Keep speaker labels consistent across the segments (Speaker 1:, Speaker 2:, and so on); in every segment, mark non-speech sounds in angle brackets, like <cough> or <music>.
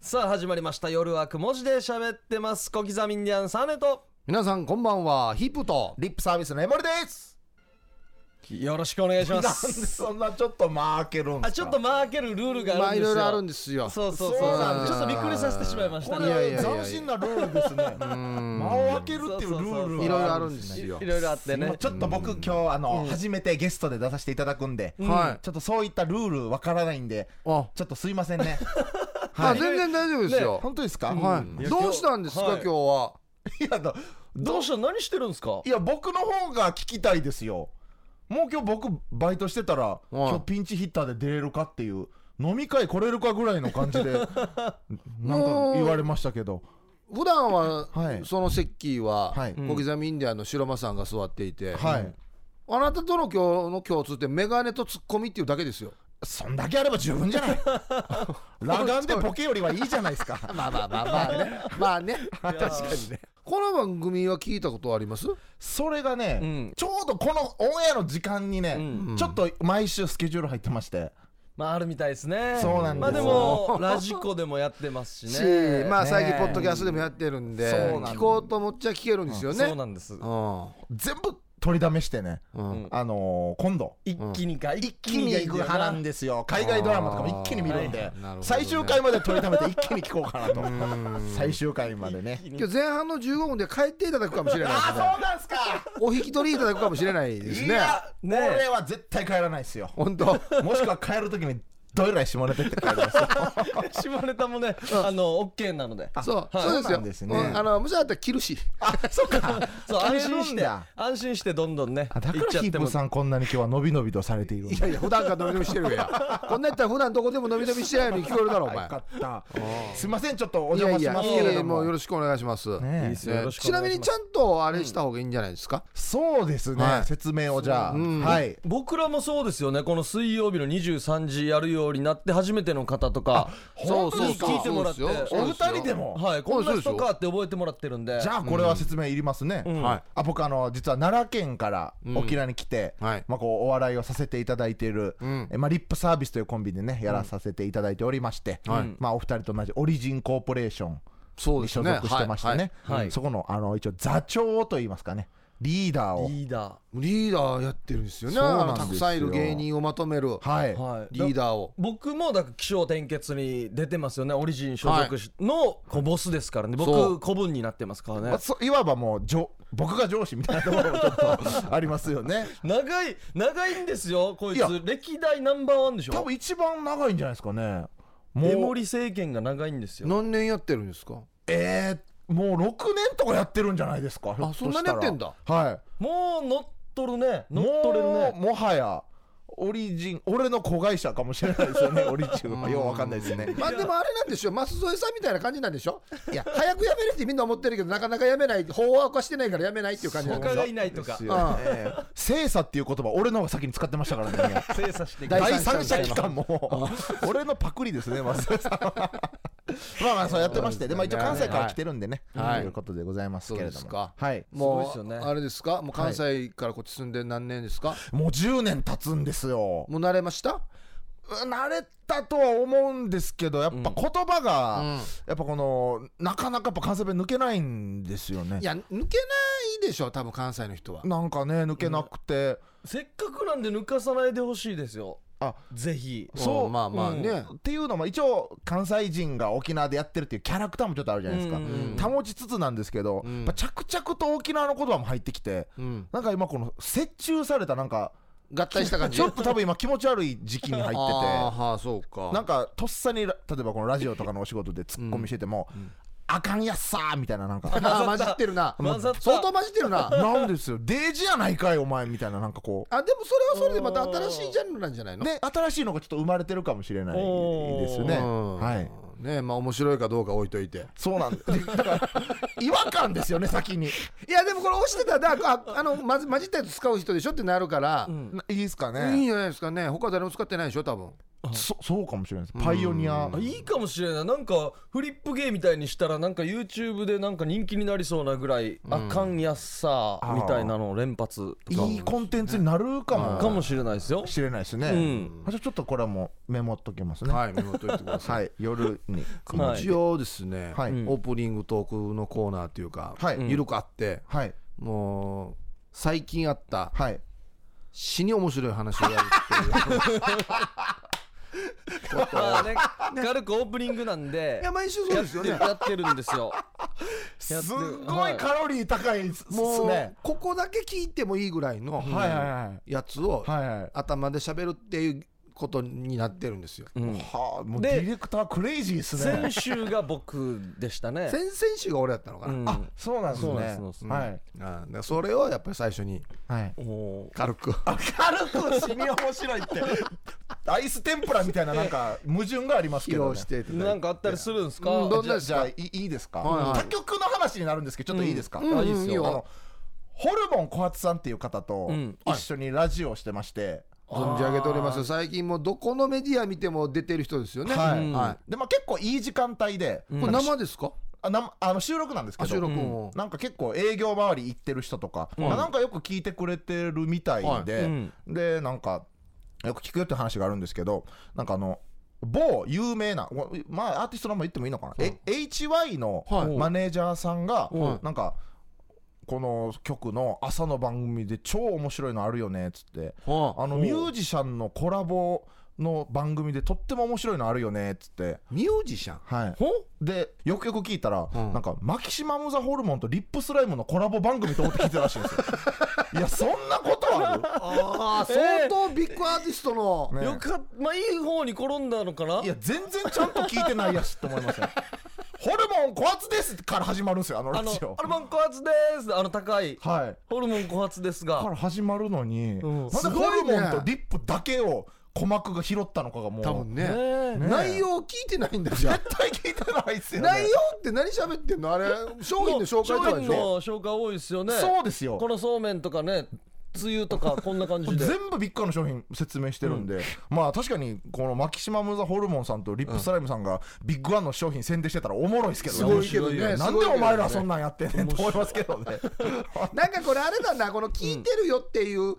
Speaker 1: さあ始まりました夜はくも字で喋ってます小刻みインディアンサネと
Speaker 2: 皆さんこんばんはヒップと
Speaker 3: リップサービスのエモリです
Speaker 1: よろしくお願いし
Speaker 3: な
Speaker 1: ま
Speaker 3: んですそんなちょっと間開けるんです
Speaker 1: <laughs>
Speaker 3: か
Speaker 1: あちょっと間開けるルールが
Speaker 2: ま
Speaker 1: あ
Speaker 2: あ
Speaker 1: る
Speaker 2: い
Speaker 1: んですよ
Speaker 2: ろいろあるんですよ
Speaker 1: そうそうそう
Speaker 3: そうなんです
Speaker 1: ちょっとびっくりさせてしまいました
Speaker 3: こ
Speaker 1: ね
Speaker 2: い
Speaker 3: れ
Speaker 2: やいやいや
Speaker 3: 斬新なルールですね間を開けるっていうルールが
Speaker 2: いろいろあるんですよ
Speaker 1: いろいろあってね
Speaker 3: 今ちょっと僕今日あの初めてゲストで出させていただくんで
Speaker 2: はい
Speaker 3: ちょっとそういったルールわからないんで
Speaker 2: あ
Speaker 3: ちょっとすいません
Speaker 2: <laughs>
Speaker 3: ね
Speaker 2: あ全然大丈夫ですよ
Speaker 3: 本当ですか
Speaker 2: はいどうしたんですか
Speaker 1: はい
Speaker 2: 今日はい
Speaker 3: やど
Speaker 1: どうした何してるんですか
Speaker 3: いや僕の方が聞きたいですよもう今日僕バイトしてたら今日ピンチヒッターで出れるかっていう飲み会来れるかぐらいの感 <laughs> じでなんか言われましたけど
Speaker 2: 普段は
Speaker 3: はい
Speaker 2: その席は
Speaker 3: はい
Speaker 2: 小刻みインディアンの白間さんが座っていて
Speaker 3: はい
Speaker 2: あなたとの今日の共通ってメガネとツッコミっていうだけですよ
Speaker 3: そんだけあれば十分じゃ <laughs> ない裸眼でボケよりはいいじゃないですか
Speaker 2: まあまあまあ <laughs> まあねまあね
Speaker 3: <laughs> 確かにね
Speaker 2: この番組は聞いたことあります
Speaker 3: それがね、
Speaker 1: うん
Speaker 3: ちょうどこのオンエアの時間にね、
Speaker 1: う
Speaker 3: ちょっと毎週スケジュール入ってまして、
Speaker 1: まああるみたいですね
Speaker 3: そうなんですよ
Speaker 1: まあでもラジコでもやってますし
Speaker 2: し
Speaker 1: ね
Speaker 2: まあ最近
Speaker 3: ね
Speaker 2: ポッドキャストでもやってるんで
Speaker 3: そうなんです
Speaker 2: 聞こうと思っちゃ聞けるんですよね
Speaker 1: そうなんです
Speaker 3: 全部取りだめしてね、
Speaker 2: うんうん
Speaker 1: ん
Speaker 3: あのー今度
Speaker 1: 一気にか一
Speaker 3: 一気に行く派なんですよ海外ドラマとかも一気に見るんで、
Speaker 2: あーなるほどね
Speaker 3: 最終回まで取りためて一気に聞こうかな
Speaker 2: <laughs>
Speaker 3: と最終回までね
Speaker 2: 今日前半の15分で帰っていただくかもしれないですね
Speaker 3: あそうなんすか
Speaker 2: お引き取りいただくかもしれないです
Speaker 3: い
Speaker 2: ね
Speaker 3: や、
Speaker 1: ね
Speaker 3: 俺は絶対帰らないですよ
Speaker 2: 本当
Speaker 3: もしくは帰るときにどえらい下ネタ言って帰りますよ
Speaker 1: 下ネタもねあのオッケーなので
Speaker 2: そう
Speaker 1: はい
Speaker 2: そうです
Speaker 3: そうな
Speaker 2: よ
Speaker 3: んですね
Speaker 2: うんあのむ <laughs> しろあったら切るし
Speaker 3: あそっか
Speaker 1: そう安心
Speaker 3: 帰る
Speaker 1: し
Speaker 3: ん
Speaker 1: て
Speaker 3: だ
Speaker 1: 安心してどんどんね
Speaker 3: あだからヒープさんこんなに今日は伸び伸びとされているんだ
Speaker 2: いやいや普段から伸び伸びしてるやこんなやったら普段どこでも伸び伸びしてないように聞こえるだろお
Speaker 3: あ
Speaker 2: 前
Speaker 3: よかったすいませんちょっとお邪魔
Speaker 2: い
Speaker 3: し
Speaker 2: や
Speaker 3: ま
Speaker 2: い
Speaker 3: す
Speaker 2: や
Speaker 3: けれ
Speaker 2: いや
Speaker 3: ど
Speaker 2: も
Speaker 3: も
Speaker 2: うよろしくお願いします
Speaker 1: いい
Speaker 3: ね
Speaker 1: ですよ
Speaker 2: ね
Speaker 1: よろしく
Speaker 2: ち
Speaker 1: お
Speaker 2: な
Speaker 1: 願
Speaker 2: み
Speaker 1: いし
Speaker 2: に
Speaker 1: ま
Speaker 2: ち
Speaker 1: す
Speaker 2: ゃんとあれした方がいいんじゃないですか
Speaker 3: そうですね、
Speaker 2: はい
Speaker 3: 説明をじゃあ、
Speaker 2: うん
Speaker 3: はい
Speaker 1: 僕らもそうですよねこの水曜日の23時やるようになって初めての方とか
Speaker 2: そう
Speaker 1: 当ですか
Speaker 2: そう
Speaker 1: 聞いてもらって
Speaker 2: そうですよ
Speaker 3: お二人でも、
Speaker 1: はいこんな
Speaker 2: そうです
Speaker 1: 人
Speaker 2: よ
Speaker 1: かって覚えてもらってるんで
Speaker 3: じゃあこれは説明いりますね、
Speaker 1: うん
Speaker 2: はい
Speaker 3: あ僕あの実は奈良県から沖縄に来て、
Speaker 2: うんはい
Speaker 3: まあ、こうお笑いをさせていただいている、
Speaker 2: ん
Speaker 3: えまあ、リップサービスというコンビでねやらさせていただいておりまして、
Speaker 2: はい
Speaker 3: まあ、お二人と同じオリジンコーポレーション
Speaker 2: そう
Speaker 3: に
Speaker 2: です
Speaker 3: 所
Speaker 2: ね
Speaker 3: 属してましてね
Speaker 1: はいはい
Speaker 3: うんそこのあの一応座長といいますかねリーダーを
Speaker 1: リーダ
Speaker 2: リーダーやってるんですよね
Speaker 3: そうなん
Speaker 2: あの
Speaker 3: ですよ
Speaker 2: たくさんいる芸人をまとめる
Speaker 3: はい、
Speaker 1: ーはい
Speaker 2: リー
Speaker 1: ー
Speaker 2: ダーを
Speaker 1: 僕もだから起承転結に出てますよねオリジン所属しのこうボスですからね
Speaker 2: そう
Speaker 1: 僕子分になってますから
Speaker 3: ま
Speaker 1: ね
Speaker 3: あ、そういわばもう上僕が上司みたいなところもちょっとありますよね
Speaker 1: 長い長いんですよこい
Speaker 3: いや
Speaker 1: つ歴代ナンバーワンでし
Speaker 3: 多
Speaker 1: ょ
Speaker 3: 分一番長いんじゃないですかねも
Speaker 1: メモ
Speaker 3: う
Speaker 1: リ政権が長いんですよ
Speaker 2: 何年やってるんですか
Speaker 3: えー、もう6年とかやってるんじゃないですかひょっとしたら
Speaker 2: そんなにやってんだ
Speaker 3: はい
Speaker 1: もう乗っ取るね乗っ
Speaker 3: も
Speaker 1: 取れる
Speaker 3: う
Speaker 1: ね
Speaker 3: もはやオリジン俺の子会社かもしれないです
Speaker 2: <laughs>
Speaker 3: よねオリジンはようわかんないですね
Speaker 2: まあでもあれなんでしょう、舛添さんみたいな感じなんでしょ、いや、早くやめるってみんな思ってるけど、なかなかやめない、法は犯してないからやめないっていう感じなんで
Speaker 1: 他
Speaker 2: し
Speaker 1: が
Speaker 2: ょ
Speaker 1: い、ないとか
Speaker 3: ですよね精査っていう言葉俺の方が先に使ってましたから
Speaker 2: <laughs>
Speaker 3: ね
Speaker 1: 精査していく
Speaker 2: 第
Speaker 3: 第
Speaker 2: 三
Speaker 3: 三
Speaker 2: 者
Speaker 3: 者
Speaker 2: 機
Speaker 3: 機
Speaker 2: 関
Speaker 3: 関も <laughs> 俺のパクリです
Speaker 2: <laughs>
Speaker 3: ね松田さんはまあまあそうやってましてでまあ一応関西から来てるんでねと
Speaker 2: はい
Speaker 3: いうことでございますけれど
Speaker 2: そうです
Speaker 3: も
Speaker 2: か
Speaker 3: はい
Speaker 1: すごいっ
Speaker 2: も
Speaker 1: すよ
Speaker 2: う、
Speaker 1: ね
Speaker 2: あれですか、もう関西からこっち住んで何年ですか、
Speaker 3: もう10年経つんですよ
Speaker 2: もう慣れました
Speaker 3: 慣れたとは思うんですけどやっぱ言葉が、
Speaker 2: うん
Speaker 3: やっぱこのなかなかやっぱ関西弁抜けないんですよね
Speaker 2: いや、抜けないでしょ、多分関西の人は。
Speaker 3: なんかね抜けなくて、
Speaker 1: せっかくなんで抜かさないでほしいですよ
Speaker 3: あ
Speaker 1: ぜひ
Speaker 3: そう
Speaker 2: うんまあまあね、
Speaker 3: っていうのも一応関西人が沖縄でやってるっていうキャラクターもちょっとあるじゃないですか、
Speaker 1: うんうん
Speaker 3: 保ちつつなんですけど、
Speaker 2: うん
Speaker 3: やっぱ着々と沖縄の言葉も入ってきて
Speaker 2: うん、
Speaker 3: なんか今この折衷されたなんか
Speaker 2: 合体した感じ。
Speaker 3: ちょっと多分今気持ち悪い時期に入って
Speaker 2: あ
Speaker 3: て
Speaker 2: ーはあ、そうか。
Speaker 3: なんかとっさにら例えばこのラジオとかのお仕事でツッコミしてても「あかんやっさー」みたいななんか
Speaker 2: <laughs> あー混じってる
Speaker 3: <laughs>
Speaker 2: な、
Speaker 1: 混ざった
Speaker 2: 相当混じってるな。
Speaker 3: なんですよ、デージやないかい、お前みたいな、なんかこ
Speaker 2: あでもそれはそれでまた新しいジャンルなんじゃないの
Speaker 3: う、ね、新しいのがちょっと生まれてるかもしれないですよね。
Speaker 2: うん
Speaker 3: はい
Speaker 2: ねまあ面白いかどうか置いといて。
Speaker 3: そうなんです <laughs> だから違和感ですよね先 <laughs> に
Speaker 2: いやでもこれ押してたらだ <laughs> ああのまず混じったやつ使う人でしょってなるから、
Speaker 1: ん
Speaker 3: いいですか
Speaker 2: いいん
Speaker 3: ね
Speaker 2: じゃないですかね他誰も使ってないでしょ多分
Speaker 3: そそうかもしれないですパイオニア
Speaker 1: あいいかもしれないなんかフリップゲーみたいにしたらなんか YouTube でなんか人気になりそうなぐらい、あかんやっさーみたいなのを連発とか
Speaker 3: いいコンテンツになるかも
Speaker 1: かもしれないですよ
Speaker 3: しれないですね、
Speaker 1: うん
Speaker 3: あじゃあちょっとこれはもうメモっときますね
Speaker 2: はい、メモっといてくだ
Speaker 3: <laughs>
Speaker 2: さい。
Speaker 3: はい夜に
Speaker 1: はい
Speaker 2: 一応ですね、
Speaker 3: はい
Speaker 2: オープニングトークのコーナーというか、
Speaker 3: はい
Speaker 2: ゆるくあって、
Speaker 3: はい
Speaker 2: もう最近あった
Speaker 3: はい
Speaker 2: 死に面白い話をやるっていう
Speaker 1: まあね軽くオープニングなんで
Speaker 2: いや毎週そうですよね
Speaker 1: やってやってるんですよやって
Speaker 3: すっごいカロリー高いっす
Speaker 2: <laughs> もう、
Speaker 3: ね
Speaker 2: ここだけ聞いてもいいぐらいの
Speaker 3: はいはいはい
Speaker 2: やつを
Speaker 3: はいはい
Speaker 2: 頭で喋るっていうことになってるんですよ。
Speaker 1: うん
Speaker 3: はあもう
Speaker 1: で
Speaker 3: ディレクタークレイジーっすね
Speaker 1: 先週が僕でしたね
Speaker 2: 先々週が俺だったのかな、
Speaker 1: うん
Speaker 3: あそうなんです
Speaker 1: そうなんで
Speaker 3: ね
Speaker 1: すそうなんです
Speaker 3: はい
Speaker 2: あーでそれをやっぱり最初に
Speaker 3: はい
Speaker 1: おー
Speaker 2: 軽く
Speaker 3: 軽く死に面白いって <laughs> アイス天ぷらみたいななんか矛盾がありますけ
Speaker 2: 披
Speaker 3: ど、ね、
Speaker 2: 露していただいて
Speaker 1: なんかあったりするんですか
Speaker 2: うんどんな
Speaker 3: じゃあじゃあいいいですか、
Speaker 2: はいはい
Speaker 3: 他局の話になるんですけどちょっといいですか、
Speaker 2: うんうん
Speaker 3: あいいです
Speaker 2: いいよ
Speaker 3: あのホルモン小発さんっていう方と
Speaker 1: うん
Speaker 3: 一緒にラジオをしてまして、
Speaker 2: 存じ上げておりますよ最近もうどこのメディア見ても出てる人ですよね、
Speaker 3: はい
Speaker 1: うん
Speaker 2: はい
Speaker 3: でまあ結構いい時間帯で、
Speaker 2: これ生ですか
Speaker 3: あなあの収録なんですけ
Speaker 2: あ
Speaker 3: ど
Speaker 2: 収録も、
Speaker 3: なんか結構営業周り行ってる人とか、まあなんかよく聞いてくれてるみたいで、
Speaker 1: はいうん
Speaker 3: でなんかよく聞くよって話があるんですけどなんかあの某有名なおまあアーティストの名前言ってもいいのかな、え HY の
Speaker 2: はい
Speaker 3: マネージャーさんが、
Speaker 2: はい
Speaker 3: なんかこの曲の朝の番組で超面白いのあるよねっつって
Speaker 2: はあ
Speaker 3: あのミュージシャンのコラボの番組でとっても面白いのあるよねっつって
Speaker 2: ミュージシャン
Speaker 3: はい
Speaker 1: ほ
Speaker 3: でよくよく聞いたら、
Speaker 2: うん
Speaker 3: なんかマキシマム・ザ・ホルモンとリップスライムのコラボ番組と思って聞いてたらしいんです
Speaker 2: <laughs>
Speaker 3: よいやそんなことある
Speaker 2: ああ相当ビッグアーティストの、
Speaker 3: ね
Speaker 1: よかっまあいい方に転んだのかない
Speaker 3: や全然ちゃんと聞いてないやしと思いますねホルモン小発ですから始まるんですよあの
Speaker 1: あ
Speaker 3: ラ
Speaker 1: の
Speaker 3: ジオ
Speaker 1: ホルモン高発でーすあの高い
Speaker 3: はい
Speaker 1: ホルモン高発です
Speaker 3: か
Speaker 1: が
Speaker 3: ら始まるのに、
Speaker 1: うん
Speaker 3: なんですホ
Speaker 2: ご
Speaker 3: ル
Speaker 2: いね
Speaker 3: モンとリップだけを鼓膜が拾ったのかがもう
Speaker 2: 多分ね
Speaker 1: ね
Speaker 3: ね
Speaker 2: 内容聞いてないんだじゃん
Speaker 3: 絶対聞いてないですよね
Speaker 2: <laughs> 内容って何喋ってんのあれ商品の紹介とか
Speaker 1: 商
Speaker 2: で
Speaker 1: 品
Speaker 2: しょ
Speaker 1: の紹介多いですよね
Speaker 3: そうですよ
Speaker 1: このそうめんとかね梅雨とかこんな感じで
Speaker 3: 全部ビッカーの商品説明してるんで、まあ確かにこのマキシマム・ザ・ホルモンさんとリップスライムさんがビッグワンの商品宣伝してたらおもろいですけど
Speaker 2: すごいけ
Speaker 1: 面白
Speaker 2: ど
Speaker 1: い
Speaker 2: ね
Speaker 1: よ
Speaker 3: なんでお前らそん
Speaker 2: な
Speaker 3: なんやってんねんと思いますけどね
Speaker 2: なんかこれあれだなこの聞いてるよっていう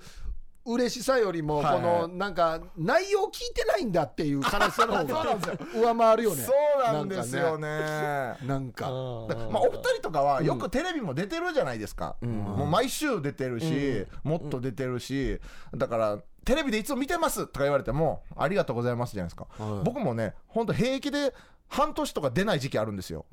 Speaker 2: 嬉しさよりもこ
Speaker 3: はいはい
Speaker 2: のなんか内容聞いてないんだっていう悲しさ
Speaker 3: <laughs>
Speaker 2: の方が上回るよね
Speaker 3: そうなんですよね
Speaker 2: なん
Speaker 1: あ
Speaker 2: か
Speaker 1: ー
Speaker 3: だまあ、お二人とかはよくテレビも出てるじゃないですか、もう毎週出てるし、もっと出てるしだからテレビでいつも見てますとか言われてもありがとうございますじゃないですか、
Speaker 2: はい
Speaker 3: 僕もねほんと平気で半年とか出ない時期あるんで
Speaker 2: <laughs>
Speaker 3: すよ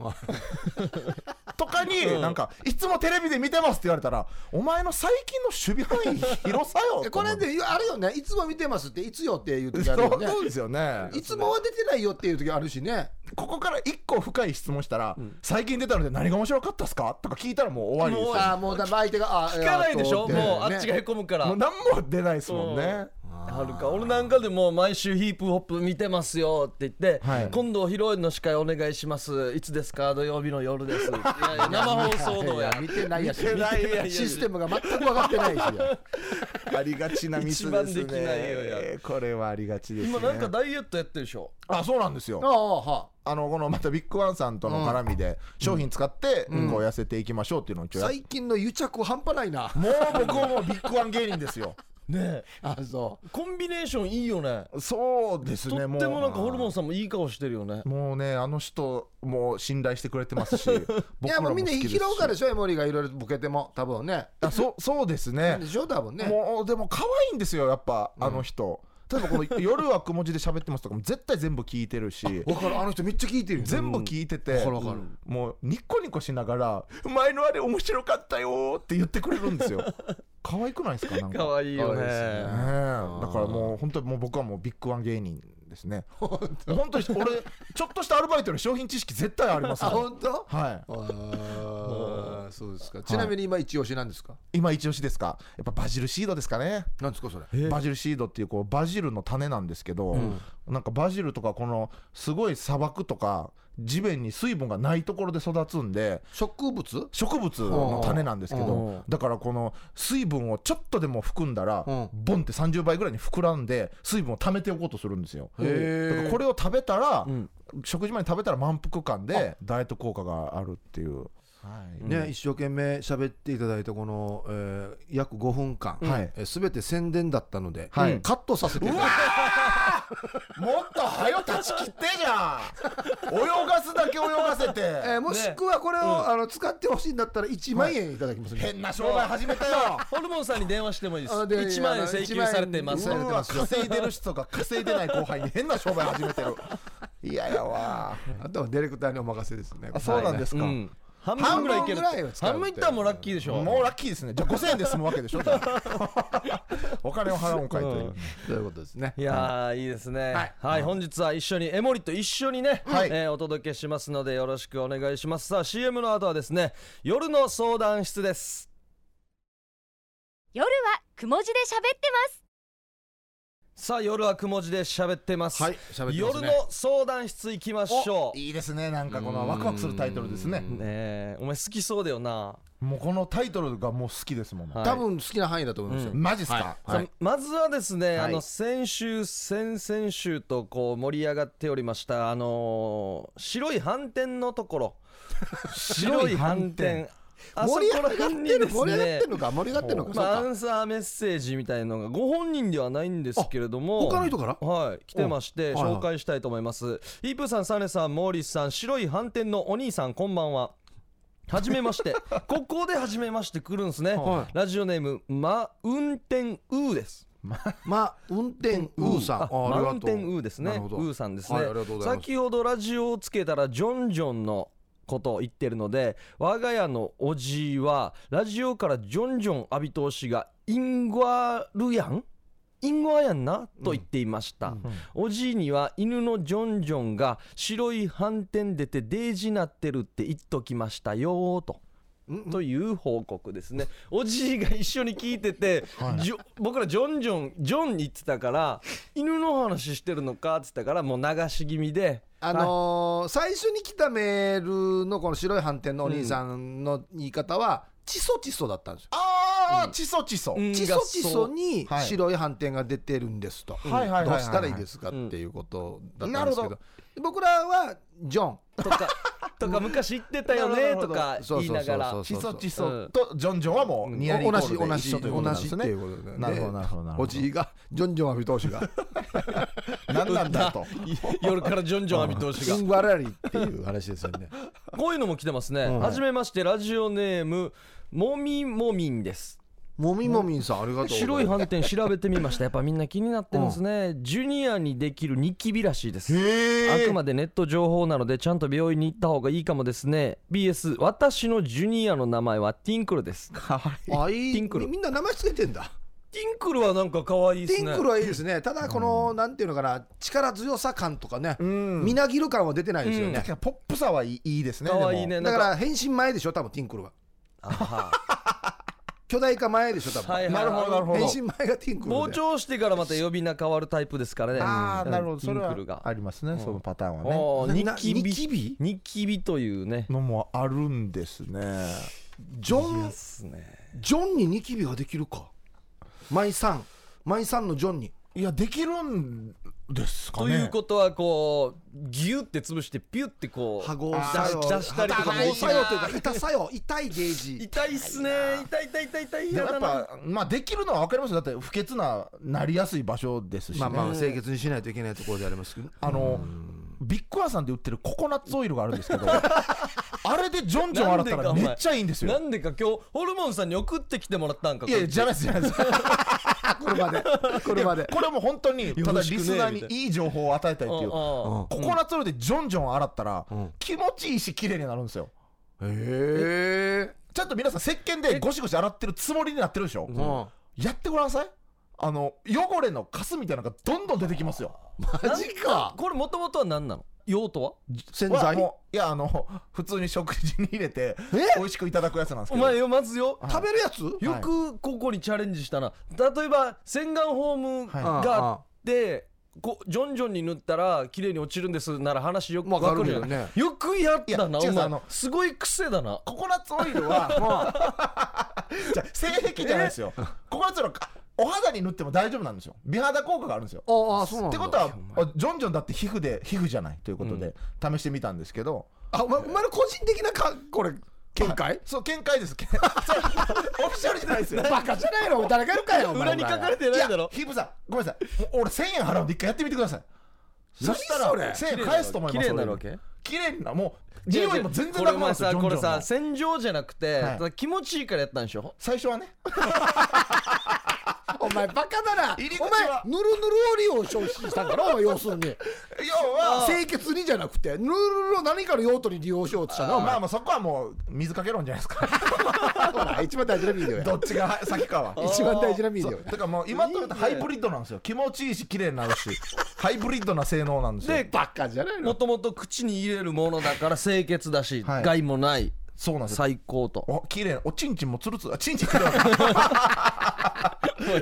Speaker 3: とかに、なんかいつもテレビで見てますって言われたらお前の最近の守備範囲広さよ
Speaker 2: えこれであるよねいつも見てますっていつよっていう時ある
Speaker 3: そ
Speaker 2: よ
Speaker 3: う
Speaker 2: ね
Speaker 3: そうですよね
Speaker 2: いつもは出てないよっていう時あるしね
Speaker 3: ここから一個深い質問したら、最近出たので何が面白かったっすかとか聞いたらもう終わりですよ
Speaker 2: ああもうだ相手があ
Speaker 1: 聞かないでしょ
Speaker 2: えーと
Speaker 1: もうあっちがへ
Speaker 2: ね
Speaker 1: こむから
Speaker 3: もう何も出ないですもんね。
Speaker 1: はるか俺なんかでも毎週ヒープホップ見てますよって言って、
Speaker 3: はい
Speaker 1: 今度披露宴の司会お願いしますいつですか土曜日の夜ですいやいや生放送のや
Speaker 2: いや見てないやし
Speaker 1: 見てないやいや
Speaker 2: システムが全く分かってないし
Speaker 3: ありがちなミス
Speaker 1: 一
Speaker 3: で
Speaker 1: 番
Speaker 3: すね。
Speaker 1: できないよや
Speaker 3: えーこれはありがちですね。
Speaker 1: 今なんかダイエットやってるでしょ
Speaker 3: あそうなんです
Speaker 2: あ
Speaker 3: よ。
Speaker 2: あは
Speaker 3: あのこのまたビッグワンさんとの絡みで商品使ってこう痩せていきましょうっていうのを一
Speaker 2: あ
Speaker 3: 応やっ
Speaker 2: 最近の癒着半端ないな
Speaker 3: もう僕はもうビッグワン芸人ですよ。
Speaker 1: ね
Speaker 2: あそう
Speaker 1: えコンビネーションいいよね
Speaker 3: そうです
Speaker 1: と
Speaker 3: ね。
Speaker 1: っ
Speaker 3: も
Speaker 1: てもなんかホルモン
Speaker 3: う
Speaker 1: さんもいい顔してるよね
Speaker 3: もうねあの人も信頼してくれて <laughs> ますし、
Speaker 2: い
Speaker 3: 僕
Speaker 2: や
Speaker 3: ら
Speaker 2: もう
Speaker 3: も好
Speaker 2: みんな
Speaker 3: きです
Speaker 2: 拾
Speaker 3: し。
Speaker 2: うからでしょエモリがいろいろボケても多分ね
Speaker 3: あそうそうですね
Speaker 2: で。しょ多分ね
Speaker 3: もうでも可愛いんですよやっぱあの人。例えばこの夜はくも字で喋ってますとかも絶対全部聞いてるし。
Speaker 2: 分かるあの人めっちゃ聞いて <laughs> るよ
Speaker 3: 全部聞いて
Speaker 2: わ
Speaker 3: て、
Speaker 2: かるわかる
Speaker 3: もうニッコニコしながら「前のあれ面白かったよ」って言ってくれるんですよ <laughs> 可愛くないですかなんか
Speaker 1: 可愛いよね
Speaker 2: 可愛いで
Speaker 3: ねえだからもう本当にもう僕はもうビッグワン芸人ですね本当に俺ちょっとしたアルバイトの商品知識絶対あります
Speaker 2: あ
Speaker 3: もん
Speaker 2: 本当
Speaker 3: はい
Speaker 2: ああそうですかちなみに今一押しなんですか
Speaker 3: 今一押しですかやっぱバジルシードですかね
Speaker 2: なんですかそれ
Speaker 3: バジルシードっていうこうバジルの種なんですけど、なんかバジルとかこのすごい砂漠とか地面に水分がないところで育つんで
Speaker 2: 植物
Speaker 3: 植物の種なんですけ
Speaker 1: うん
Speaker 3: どだからこの水分をちょっとでも含んだら
Speaker 4: うん
Speaker 3: ボンって30倍ぐらいに膨らんで水分を溜めておこうとするんですよだか
Speaker 4: へ
Speaker 3: らこれを食べたら
Speaker 1: うん
Speaker 3: 食事前に食べたら満腹感でダイエット効果があるっていうはい
Speaker 4: ね、一生懸命喋っていただいたこの、えー約5分間、
Speaker 3: はい
Speaker 4: えー、全て宣伝だったので、
Speaker 3: はい
Speaker 4: カットさせていただき
Speaker 3: もっと早よ立ち切ってじゃん <laughs> 泳がすだけ泳がせ
Speaker 2: え
Speaker 3: て
Speaker 2: ーもしくはこれを、
Speaker 1: うん
Speaker 2: あの使ってほしいんだったら1万円いただきます、ね
Speaker 3: 変な商売始めたよ
Speaker 1: ホルモンさんに電話してもいいです
Speaker 2: あで
Speaker 1: 1万円請求されてま
Speaker 2: う
Speaker 1: す
Speaker 2: わ
Speaker 3: うわ <laughs> 稼いでる人とか稼いでない後輩に変な商売始めてる嫌ややわ
Speaker 2: あとはディレクターにお任せですね
Speaker 3: あそうなんですか、
Speaker 1: うん半分ぐらいいける
Speaker 2: 半分ぐらいは使うって
Speaker 1: 半分いったらもうラッキーでしょ
Speaker 3: もうラッキーですねじゃあ5000円で済むわけでしょじゃあお金を払うんかいという、
Speaker 1: うん
Speaker 2: ということですね
Speaker 1: いやーいいですね
Speaker 2: は
Speaker 1: はいい、本日は一緒にエモリと一緒にね、
Speaker 3: はい
Speaker 1: えーお届けしますのでよろしくお願いしますさあ CM の後はですね夜の相談室です
Speaker 5: 夜はくも字で喋ってます
Speaker 1: さあ夜はくも字で喋ってます、
Speaker 4: はい喋ってます
Speaker 1: 夜
Speaker 4: ね
Speaker 1: の相談室行きましょ
Speaker 3: おいいですねなんかこのワクワクするタイトルですね
Speaker 1: うねえお前好きそうだよな、
Speaker 3: もうこのタイトルがもう好きですもん、
Speaker 1: はい
Speaker 4: 多分好きな範囲だと思いますよ、
Speaker 3: マジっすか、
Speaker 4: はいはい
Speaker 1: さあまずはですね、
Speaker 4: はい
Speaker 1: あの先週先々週とこう盛り上がっておりましたあのー白い斑点のとこ
Speaker 2: <laughs>
Speaker 1: ろ白い斑点あそこ
Speaker 2: 盛り上
Speaker 1: ら
Speaker 2: がって
Speaker 1: 辺に
Speaker 2: る、
Speaker 1: です
Speaker 2: 盛り上がっ
Speaker 1: ね
Speaker 2: てるのか盛り上がってるのか、
Speaker 1: まあ、ア
Speaker 2: そうか
Speaker 1: ンサーメッセージみたいのがご本人ではないんですけれども
Speaker 4: 他の人から
Speaker 1: はい来てまして
Speaker 4: おはいはい
Speaker 1: 紹介したいと思います、イープーさんサネさんモーリスさん白い斑点のお兄さんこんばんははじめまして
Speaker 2: <laughs>
Speaker 1: ここではじめまして来るんですね、
Speaker 4: は
Speaker 1: ラジオネームマ運転ウーです
Speaker 4: まあ運転ウーさん、
Speaker 1: あ
Speaker 4: あ
Speaker 1: マウ
Speaker 4: り
Speaker 1: ン
Speaker 4: がと
Speaker 1: テ
Speaker 4: う
Speaker 1: ンウーですね
Speaker 4: なるほ
Speaker 1: ウ
Speaker 4: ど
Speaker 1: ーさんです
Speaker 4: は
Speaker 1: ね
Speaker 4: いありがとうございます
Speaker 1: 先ほどラジオをつけたらジョンジョンのことを言ってるので我が家のおじいはラジオからジョンジョン浴び通しがインゴアルヤンインゴアやんなと言っていました、おじいには犬のジョンジョンが白い斑点出てデージなってるって言っときましたよーと。という報告です
Speaker 2: <laughs>
Speaker 1: ねおじいが一緒に聞いてて、ジョ僕らジョンジョンジョン言ってたから犬の話してるのかって言ったからもう流し気味で
Speaker 2: あ
Speaker 1: はい
Speaker 2: のー最初に来たメールのこの白い斑点のお兄さんの言い方は、チソチソだったんですよ
Speaker 3: ああ、チソチソ、
Speaker 1: うん
Speaker 2: チソチソに
Speaker 3: はい
Speaker 2: 白い斑点が出てるんですと、
Speaker 3: はいはいはいはい
Speaker 2: どうしたらいいですかっていうことだったんですけど,、
Speaker 3: うんなる
Speaker 2: 僕らはジョン
Speaker 1: と
Speaker 2: <laughs>
Speaker 1: かとか昔言ってたよねとか言いながら
Speaker 2: そう
Speaker 3: チ
Speaker 2: そうそう
Speaker 3: ソチソとジョンジョンはもうニアリーイコ
Speaker 2: 同
Speaker 3: ー
Speaker 2: じ
Speaker 3: ルで
Speaker 2: 同じ
Speaker 3: 一緒というこ
Speaker 2: 同じっていうこと
Speaker 3: となんですね
Speaker 2: で、ね、
Speaker 3: なるほどなるほどなるほど
Speaker 2: おじいがジョンジョン浴び投手が
Speaker 3: <laughs> 何なんだと
Speaker 1: 夜からジョンジョン浴び通し
Speaker 2: シ
Speaker 1: が
Speaker 2: ングアラリーっていう話ですよね
Speaker 1: こういうのも来てますね、はじめましてラジオネームもみもみんです
Speaker 4: もみもみんさんありがとうございます
Speaker 1: 白い斑点調べてみましたやっぱみんな気になってるんですね、ジュニアにできるニキビらしいです
Speaker 3: へ
Speaker 1: あくまでネット情報なのでちゃんと病院に行った方がいいかもですね BS 私のジュニアの名前はティンクルです
Speaker 3: かわ
Speaker 2: あ
Speaker 3: い
Speaker 2: いい
Speaker 1: ティンクル
Speaker 2: みみんな名前つけてんだ
Speaker 1: ティンクルはなんか可愛いで
Speaker 2: テ
Speaker 1: す
Speaker 2: ィ
Speaker 1: ね
Speaker 2: ンクルはいいですねただこの、なんていうのかな力強さ感とかね
Speaker 3: ん
Speaker 2: みなぎる感は出てないですよ
Speaker 1: うん
Speaker 2: ね
Speaker 3: 確、かにポップさはいいいいですね
Speaker 1: 可愛いね
Speaker 2: だ
Speaker 1: な
Speaker 2: か
Speaker 1: んから
Speaker 2: 変身前でしょ多分ティンクルは
Speaker 1: あは
Speaker 2: 巨大化前でしょ多分、
Speaker 1: はいはい
Speaker 3: なるほどなるほど
Speaker 2: 変身前がティンクルで
Speaker 1: 膨張してからまた呼び名変わるタイプですからね
Speaker 3: ああ
Speaker 1: うん
Speaker 3: なるほど
Speaker 1: テ
Speaker 3: それ
Speaker 1: ィンクル
Speaker 3: は
Speaker 1: が
Speaker 3: ありますねそのパターンはね
Speaker 1: おーニ
Speaker 2: な
Speaker 1: キビ
Speaker 2: ニキビ
Speaker 1: ニキビというね
Speaker 3: のもあるんですね
Speaker 2: ジョン
Speaker 1: ですね
Speaker 2: ジョンにニキビができるかマイさんマイさんのジョンに
Speaker 3: いやできるんですか
Speaker 1: と
Speaker 3: ね
Speaker 1: いうことはこうギュって潰してピュってこう
Speaker 2: 歯合作用
Speaker 1: 出し出したりとか
Speaker 2: 歯合作用というか
Speaker 1: いいな
Speaker 2: 痛さよ痛いゲージ
Speaker 1: 痛いっすね痛い痛い痛い痛い
Speaker 3: でもや
Speaker 1: やだ
Speaker 3: っ
Speaker 1: な
Speaker 3: ぱまあできるのは分かりますよだって不潔ななりやすい場所ですしね
Speaker 4: まあまあ清潔にしないといけないところでありますけど
Speaker 3: あのビッグアーさんで売ってるココナッツオイルがあるんですけどあれでジョンジョン洗っ
Speaker 1: なんで
Speaker 3: た
Speaker 1: か
Speaker 3: ら
Speaker 1: お
Speaker 3: め
Speaker 1: 前
Speaker 3: っちゃいいんです
Speaker 1: な
Speaker 3: よ
Speaker 1: んでか今日ホルモンさんに送ってきてもらったんか
Speaker 3: いやいやじゃ
Speaker 1: ゃ
Speaker 3: ないですじゃないです
Speaker 2: これまでこれまで
Speaker 3: これはもう本当にただ
Speaker 1: ろ
Speaker 3: リ
Speaker 1: しくね
Speaker 3: スナーにいい情報を与えたいっていうコ
Speaker 1: あ
Speaker 3: コナッツオイルでジョンジョン洗ったら気持ちいいし綺麗になるんですよ
Speaker 4: へえ
Speaker 3: ちゃんと皆さん石鹸でゴシゴシ洗ってるつもりになってるでしょやってごらんなさいあの汚れのカスみたいなのがどんどん出てきますよ
Speaker 2: マジか
Speaker 1: これもともとは何なの用途は
Speaker 2: 洗
Speaker 3: これは
Speaker 2: 剤
Speaker 3: もういやあの <laughs> 普通に食事に入れて美味しくいただくやつなんです
Speaker 1: お
Speaker 3: けど
Speaker 1: 前よまずよ
Speaker 2: 食べるやつ
Speaker 1: よくここにチャレンジしたな例えば洗顔フォームがあってこジョンジョンに塗ったら綺麗に落ちるんですなら話よく
Speaker 2: わ
Speaker 1: わ
Speaker 2: か
Speaker 1: か
Speaker 2: る
Speaker 1: る
Speaker 2: け
Speaker 1: じゃ
Speaker 2: ど
Speaker 1: ん
Speaker 2: ね
Speaker 1: よくやった
Speaker 3: いや
Speaker 1: な
Speaker 3: 違う
Speaker 1: お
Speaker 3: あ
Speaker 1: 前
Speaker 3: の
Speaker 1: すごい癖だな
Speaker 3: ココナッツオイルは
Speaker 2: <laughs>
Speaker 3: <laughs> じゃあ性癖じゃないですよココナッツオイルはあお肌に塗っても大丈夫なんですよ美肌効果があるんですよ
Speaker 2: ああそうなん
Speaker 3: って
Speaker 2: だ
Speaker 3: ことはあジョンジョンだって皮膚で皮膚じゃないということで、試してみたんですけど
Speaker 2: あお前お前の個人的なかこれ見解
Speaker 3: そう見解ですけそうオフィシャルじゃないですよ
Speaker 2: バカじゃないの誰がいるかよお前
Speaker 1: 裏に書かれて
Speaker 3: い
Speaker 1: ない
Speaker 3: や
Speaker 1: だろ
Speaker 3: ヒープさんごめんなさいもう俺1000円払うんで一回やってみてくださいそしたら
Speaker 2: 何それ
Speaker 3: 1000円返すと思います
Speaker 1: 綺麗になるわけ
Speaker 3: 俺綺麗になもう匂いも全然なくなるんですよ
Speaker 1: これお前さこれ
Speaker 3: ジョンジョン
Speaker 1: さ
Speaker 3: の
Speaker 1: 洗浄じゃなくて、
Speaker 3: はい
Speaker 1: ただ気持ちいいからやったんでしょ
Speaker 3: 最初はね
Speaker 2: <laughs> お前バカだなお前ぬ
Speaker 3: 入り
Speaker 2: る
Speaker 3: 口は
Speaker 2: ぬるオリオンを消費したんだろお前要するに
Speaker 3: 要は
Speaker 2: 清潔にじゃなくてぬるぬるを何かの用途に利用しようとしたなお
Speaker 3: ま
Speaker 2: 前
Speaker 3: あまあそこはもう水かけろんじゃないですか
Speaker 2: ほら一番大事なビデオや
Speaker 3: どっちが先かは
Speaker 2: 一番大事なビデ
Speaker 3: そ
Speaker 2: オや
Speaker 3: うだからもう今となってハイブリッドなんですよ気持ちいいし綺麗になるしハイブリッドな性能なんですよ
Speaker 1: で
Speaker 2: バカじゃないの
Speaker 1: もともと口に入れるものだから清潔だし、
Speaker 3: はい
Speaker 1: 害もない
Speaker 3: そうなんですよ
Speaker 1: 最高 <laughs> と
Speaker 3: お綺麗おちんちんもつるつるあちんちんつるわ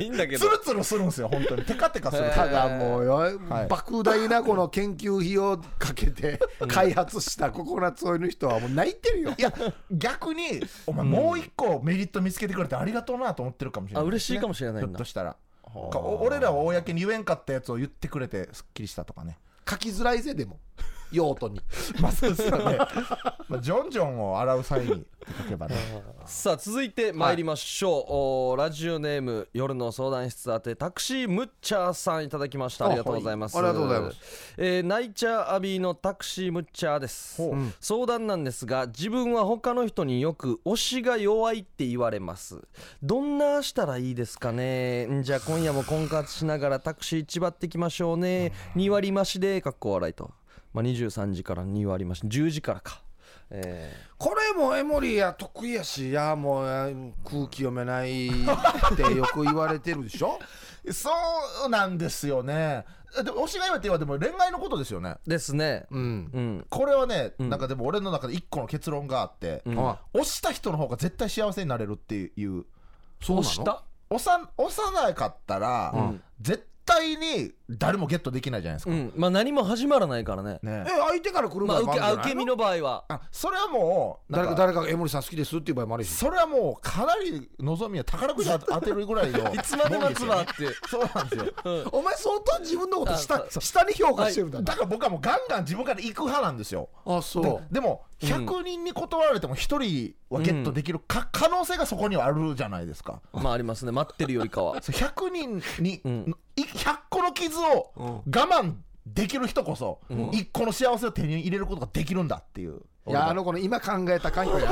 Speaker 1: いいんだけ
Speaker 3: つるつるするんですよ本当にテカテカする
Speaker 1: へー
Speaker 2: ただもうよ、
Speaker 3: はい
Speaker 2: 莫大なこの研究費をかけて開発したココナッツオイルの人はもう泣いて
Speaker 3: <laughs>
Speaker 2: るよ
Speaker 3: いや逆にお前もう一個メリット見つけてくれてありがとうなと思ってるかもしれ
Speaker 1: あ
Speaker 3: ない
Speaker 1: 嬉しいかもしれない
Speaker 3: ひょ
Speaker 1: ん
Speaker 3: っ
Speaker 1: だ
Speaker 3: としたらかお俺らは公に言えんかったやつを言ってくれてすっきりしたとかね
Speaker 2: 書きづらいぜ
Speaker 1: <laughs>
Speaker 2: でも用途に
Speaker 3: まあそうですよねまあジョンジョンを洗う際に書けばね
Speaker 1: さあ続いて参りましょう、おーラジオネーム夜の相談室宛てタクシーむっちゃーさんいただきましたありがとうございます、、
Speaker 2: はいありがとうございます
Speaker 1: えーナイチャーアビーのタクシーむっちゃーです、相談なんですが自分は他の人によく推しが弱いって言われますどんなしたらいいですかねんじゃあ今夜も婚活しながらタクシーちばってきましょうね2割増しでかっこ笑いと、まあ、23時から2割増し10時からかえー
Speaker 2: これもエモリや得意やしいやもう空気読めないってよく言われてるでしょ
Speaker 3: そうなんですよねでも推しが弱いって言われても恋愛のことですよね
Speaker 1: ですね
Speaker 2: うん
Speaker 1: うん
Speaker 3: これはね、なんかでも俺の中で一個の結論があって、
Speaker 2: あ
Speaker 3: 押した人の方が絶対幸せになれるっていう
Speaker 2: そうなの
Speaker 1: 押した
Speaker 3: 押さ押さなかったら、絶対に誰もゲットできないじゃないですか、
Speaker 1: うん、まあ何も始まらないからね。
Speaker 3: ね
Speaker 2: え相手から来る
Speaker 1: ま
Speaker 2: 場
Speaker 1: あ
Speaker 2: 合も
Speaker 1: 受
Speaker 2: あ
Speaker 1: けあ
Speaker 2: るんじゃ
Speaker 1: 受
Speaker 2: な
Speaker 1: け
Speaker 2: い
Speaker 1: 身の
Speaker 2: の
Speaker 1: 場合は。
Speaker 3: あそれはもうなん
Speaker 2: 誰
Speaker 3: か
Speaker 2: か誰かがエモリさん好きですっていう場合もあるし
Speaker 3: それはもうかなり望みは宝くじ当てるぐらいの
Speaker 1: いつまで待つわって。
Speaker 3: そうなんですよ
Speaker 2: お前相当自分のこと下
Speaker 1: あ
Speaker 2: 下に評価してるんだな
Speaker 3: だから僕はもうガンガン自分から行く派なんですよ
Speaker 2: あそ
Speaker 3: でも100人に断られても1人はゲットできるか、可能性がそこにはあるじゃないですか
Speaker 1: まあありますね。待ってるよりかは。
Speaker 3: そう100人に、
Speaker 1: ん
Speaker 3: い100個の傷を我慢できる人こそ、1個の幸せを手に入れることができるんだっていう
Speaker 2: ういやあの子の今考えた環境や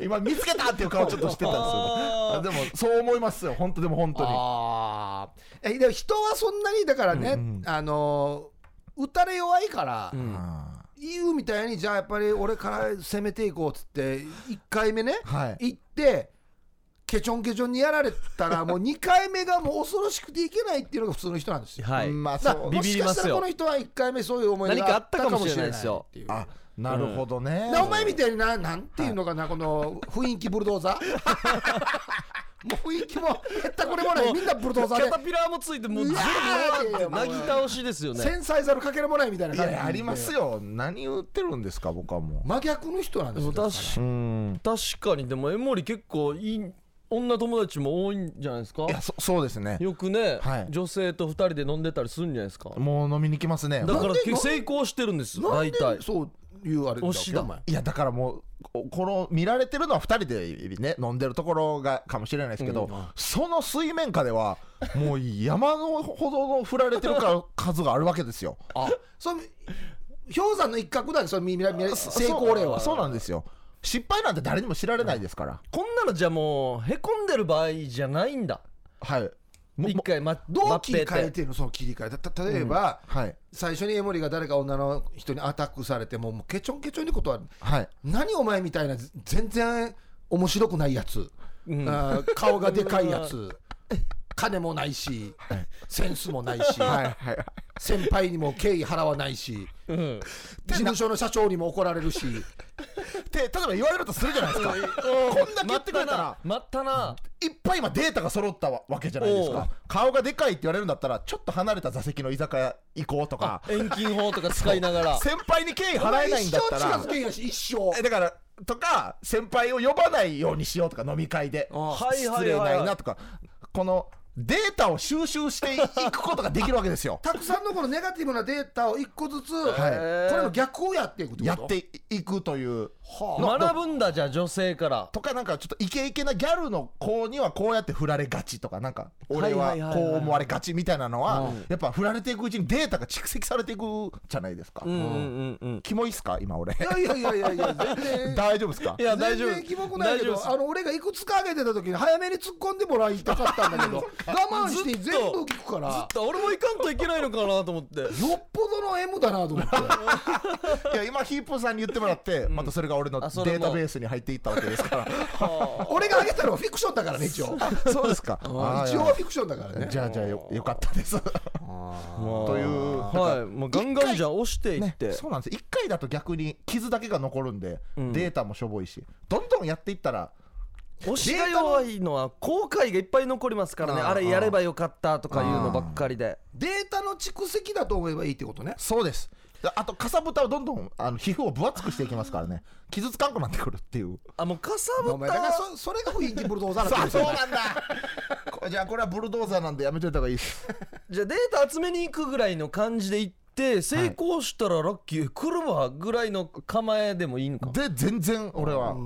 Speaker 3: 今見つけたっていう顔ちょっとしてたんですよ
Speaker 1: あ
Speaker 3: あでもそう思いますよ本当でも本当に
Speaker 2: ああでも人はそんなにだからね、あのー打たれ弱いから、
Speaker 3: あ
Speaker 2: 言うみたいにじゃあやっぱり俺から攻めていこうっつって1回目ね、
Speaker 3: はい
Speaker 2: 行ってケチョンケチョンにやられたらもう2回目がもう恐ろしくていけないっていうのが普通の人なんですよ。
Speaker 1: はい。
Speaker 3: まあそ
Speaker 2: だ
Speaker 3: う
Speaker 2: から
Speaker 1: ビ
Speaker 2: も
Speaker 1: ビ
Speaker 2: し
Speaker 1: り
Speaker 2: か
Speaker 1: ま
Speaker 2: した
Speaker 1: す
Speaker 2: ら
Speaker 1: よ
Speaker 2: この人は1回目そういう思い
Speaker 1: 何か
Speaker 2: が
Speaker 1: あ
Speaker 2: あ
Speaker 1: っ
Speaker 2: ったた
Speaker 1: か
Speaker 2: か
Speaker 1: も
Speaker 2: も
Speaker 1: し
Speaker 2: し
Speaker 1: れなで
Speaker 2: れないいですす
Speaker 1: よ
Speaker 2: よ。
Speaker 3: あなるほどね、
Speaker 2: なお前みたいにななんていうのかな、この雰囲気ブルドーザーもう雰囲気もへったこれもないみんなブルドー
Speaker 1: キ
Speaker 2: ザーで
Speaker 1: ャタピラーもついてもうず
Speaker 2: う
Speaker 1: る
Speaker 2: わー
Speaker 1: ずるってなぎ倒しですよね。
Speaker 2: 繊細さのかけらもないみたいない感じ
Speaker 3: やありますよ何言ってるんですか僕はも
Speaker 2: 真逆の人なんで
Speaker 1: ですも
Speaker 2: よ
Speaker 1: 確
Speaker 3: ううん
Speaker 1: 確かにでも江森結構いい女友達も多いんじゃないですか
Speaker 3: い。やそそうですね
Speaker 1: よくね、
Speaker 3: はい
Speaker 1: 女性と二人で飲んでたりするんじゃないですか。
Speaker 3: もう飲みに来ますね
Speaker 1: だから
Speaker 2: なんで
Speaker 1: 成功してるんですよ。
Speaker 2: な
Speaker 1: 大
Speaker 2: んで
Speaker 1: 体。
Speaker 2: そういうあれだっ
Speaker 1: 推
Speaker 2: け
Speaker 1: しだ
Speaker 2: お前
Speaker 3: いやだからもうこの見られてるのは2人でね飲んでるところがかもしれないですけど、その水面下ではもう山のほどの振られてるか数があるわけで
Speaker 2: <laughs>
Speaker 3: すよ
Speaker 2: あその氷山の一角だけそのみみみ成功例は
Speaker 3: そうそうなんですよ失敗なんて誰にも知られないですから、
Speaker 1: こんなのじゃもうへこんでる場合じゃないんだ。
Speaker 3: はいも
Speaker 1: 一
Speaker 3: も
Speaker 1: 回ま
Speaker 2: どう切り
Speaker 1: 待って
Speaker 2: 替
Speaker 1: て
Speaker 2: えてるのその切り替えたた例えば、
Speaker 3: はい
Speaker 2: 最初にエモリが誰か女の人にアタックされてももうケチョンケチョンに断る
Speaker 3: はい
Speaker 2: 何お前みたいなぜ全然面白くないやつ、
Speaker 1: うん
Speaker 2: あー顔がでかいや
Speaker 3: <laughs>
Speaker 2: つ金もないし、センスもないし、
Speaker 3: <laughs> はいはいはい
Speaker 2: 先輩にも敬意払わないし
Speaker 1: うん
Speaker 2: 事務所の社長にも怒られるし <laughs>
Speaker 3: で例えば言われるとするじゃないですかこんだけやってくれたら
Speaker 1: 待ったな
Speaker 3: いっぱい今データが揃ったわけじゃないです
Speaker 1: おう
Speaker 3: か顔がでかいって言われるんだったらちょっと離れた座席の居酒屋行こうとか
Speaker 1: 遠近法とか使いなが <laughs> ら
Speaker 3: 先輩に敬意払えないんだった
Speaker 2: お前一生近
Speaker 3: ら
Speaker 2: づけんよし一生
Speaker 3: えだからとか先輩を呼ばないようにしようとか飲み会で
Speaker 1: はいはいはいはい
Speaker 3: 失礼ないなとかこのデータを収集していくことができるわけです
Speaker 1: <laughs>
Speaker 3: よ
Speaker 2: たくさんのこのネガティブなデータを一個ずつ、
Speaker 3: はい
Speaker 2: これの逆をやっていくってこと
Speaker 3: やっていくという
Speaker 1: 学ぶんだじゃあ女性から
Speaker 3: とかなんかちょっとイケイケなギャルの子にはこうやって振られがちとかなんか俺は
Speaker 1: はいはいはいはい
Speaker 3: こう思われがちみたいなのはやっぱ振られていくうちにデータが蓄積されていくじゃないですか、
Speaker 1: うんうんうんうん
Speaker 3: キモいっすか今
Speaker 1: <laughs>
Speaker 3: 俺
Speaker 2: いやいやいやいやいや全
Speaker 3: <laughs>
Speaker 2: 然
Speaker 3: 大丈夫っすか
Speaker 1: いや大丈夫
Speaker 2: 全然キモくないけ
Speaker 1: 大丈夫です
Speaker 2: どあの俺がいくつか上げてた時に早めに突っ込んでもらいたかったんだ
Speaker 1: <laughs>
Speaker 2: けど我慢して
Speaker 1: ずっ
Speaker 2: 全
Speaker 1: と
Speaker 2: 部聞くから
Speaker 1: ずっと俺も行かんといけないのかなと思って
Speaker 2: よっぽどの M だなと思って
Speaker 1: <laughs>
Speaker 3: いや今ヒープーさんに言ってもらって、またそれが俺のデ
Speaker 1: あそれも
Speaker 3: ータベースに入っていったわけですから
Speaker 2: 俺が上げたのはフィクションだからね一応
Speaker 1: <laughs>
Speaker 2: <laughs>
Speaker 3: そうですか
Speaker 2: 一応はフィクションだからね
Speaker 3: じゃあじゃあよよかったですという
Speaker 1: はいもうガンガンじゃあ押していっ
Speaker 3: ね
Speaker 1: て、
Speaker 3: そうなんです1回だと逆に傷だけが残るんで、データもしょぼいしどんどんやっていったら
Speaker 1: 押しが弱いのは後悔がいっぱい残りますからねあれやればよかったとかいうのばっかりで
Speaker 2: データの蓄積だと思えばいいってことね
Speaker 3: そうですだあとかさぶたをどんどんあの皮膚を分厚くしていきますからね傷つかんくなってくるっていう
Speaker 1: あもうかさ
Speaker 2: お
Speaker 1: ぶ
Speaker 2: 前だから
Speaker 1: た
Speaker 2: そそれが雰囲気ブルドーザーだ
Speaker 3: あ
Speaker 2: ってことね
Speaker 3: んだこじゃあこれはブルドーザーなんでやめといた方がいいです
Speaker 1: じゃあデータ集めに行くぐらいの感じで行って成功したらラッキー来るわぐらいの構えでもいいのか
Speaker 3: で全然俺は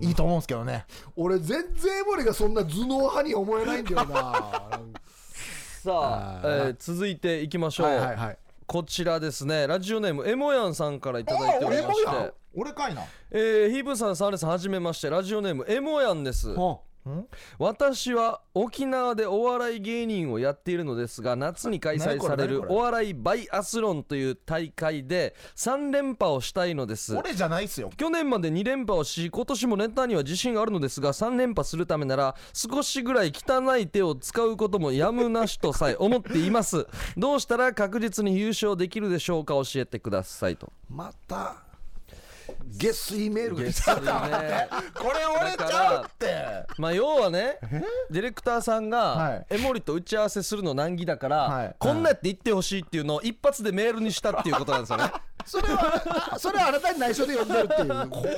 Speaker 3: いいと思うんですけどね
Speaker 2: 俺全然エモリがそんな頭脳派に思えないんだ
Speaker 1: <laughs>
Speaker 2: よななんか
Speaker 1: さあえー続いていきましょう、
Speaker 2: はいはいはい
Speaker 1: こちらですねラジオネームエモヤンさんからいただいておりまし
Speaker 3: あ
Speaker 1: て
Speaker 3: 俺かいな
Speaker 1: えー、ヒーブンさん、サーレさん、はじめまして、ラジオネーム、エモヤンです。私は沖縄でお笑い芸人をやっているのですが、夏に開催され
Speaker 3: 何これ何
Speaker 1: る
Speaker 3: これ
Speaker 1: お笑いバイアスロンという大会で3連覇をしたいのです。
Speaker 3: 俺じゃないっすよ
Speaker 1: 去年まで2連覇をし今年もネタには自信があるのですが3連覇するためなら少しぐらい汚い手を使うこともやむなしとさえ思っていますどうしたら確実に優勝できるでしょうか教えてくださいと
Speaker 2: また下水メールが来
Speaker 1: 月
Speaker 2: た
Speaker 1: 曜ね
Speaker 3: これ俺ちゃうって
Speaker 1: まあ要はねディレクターさん
Speaker 3: は
Speaker 1: が
Speaker 3: い
Speaker 1: 江森と打ち合わせするの難儀だから、
Speaker 3: はい
Speaker 1: こんなやって言ってほしいっていうのを一発でメールにしたっていうことなんですよね
Speaker 2: それはあそれはあなたに内緒で呼んでるっていう怖い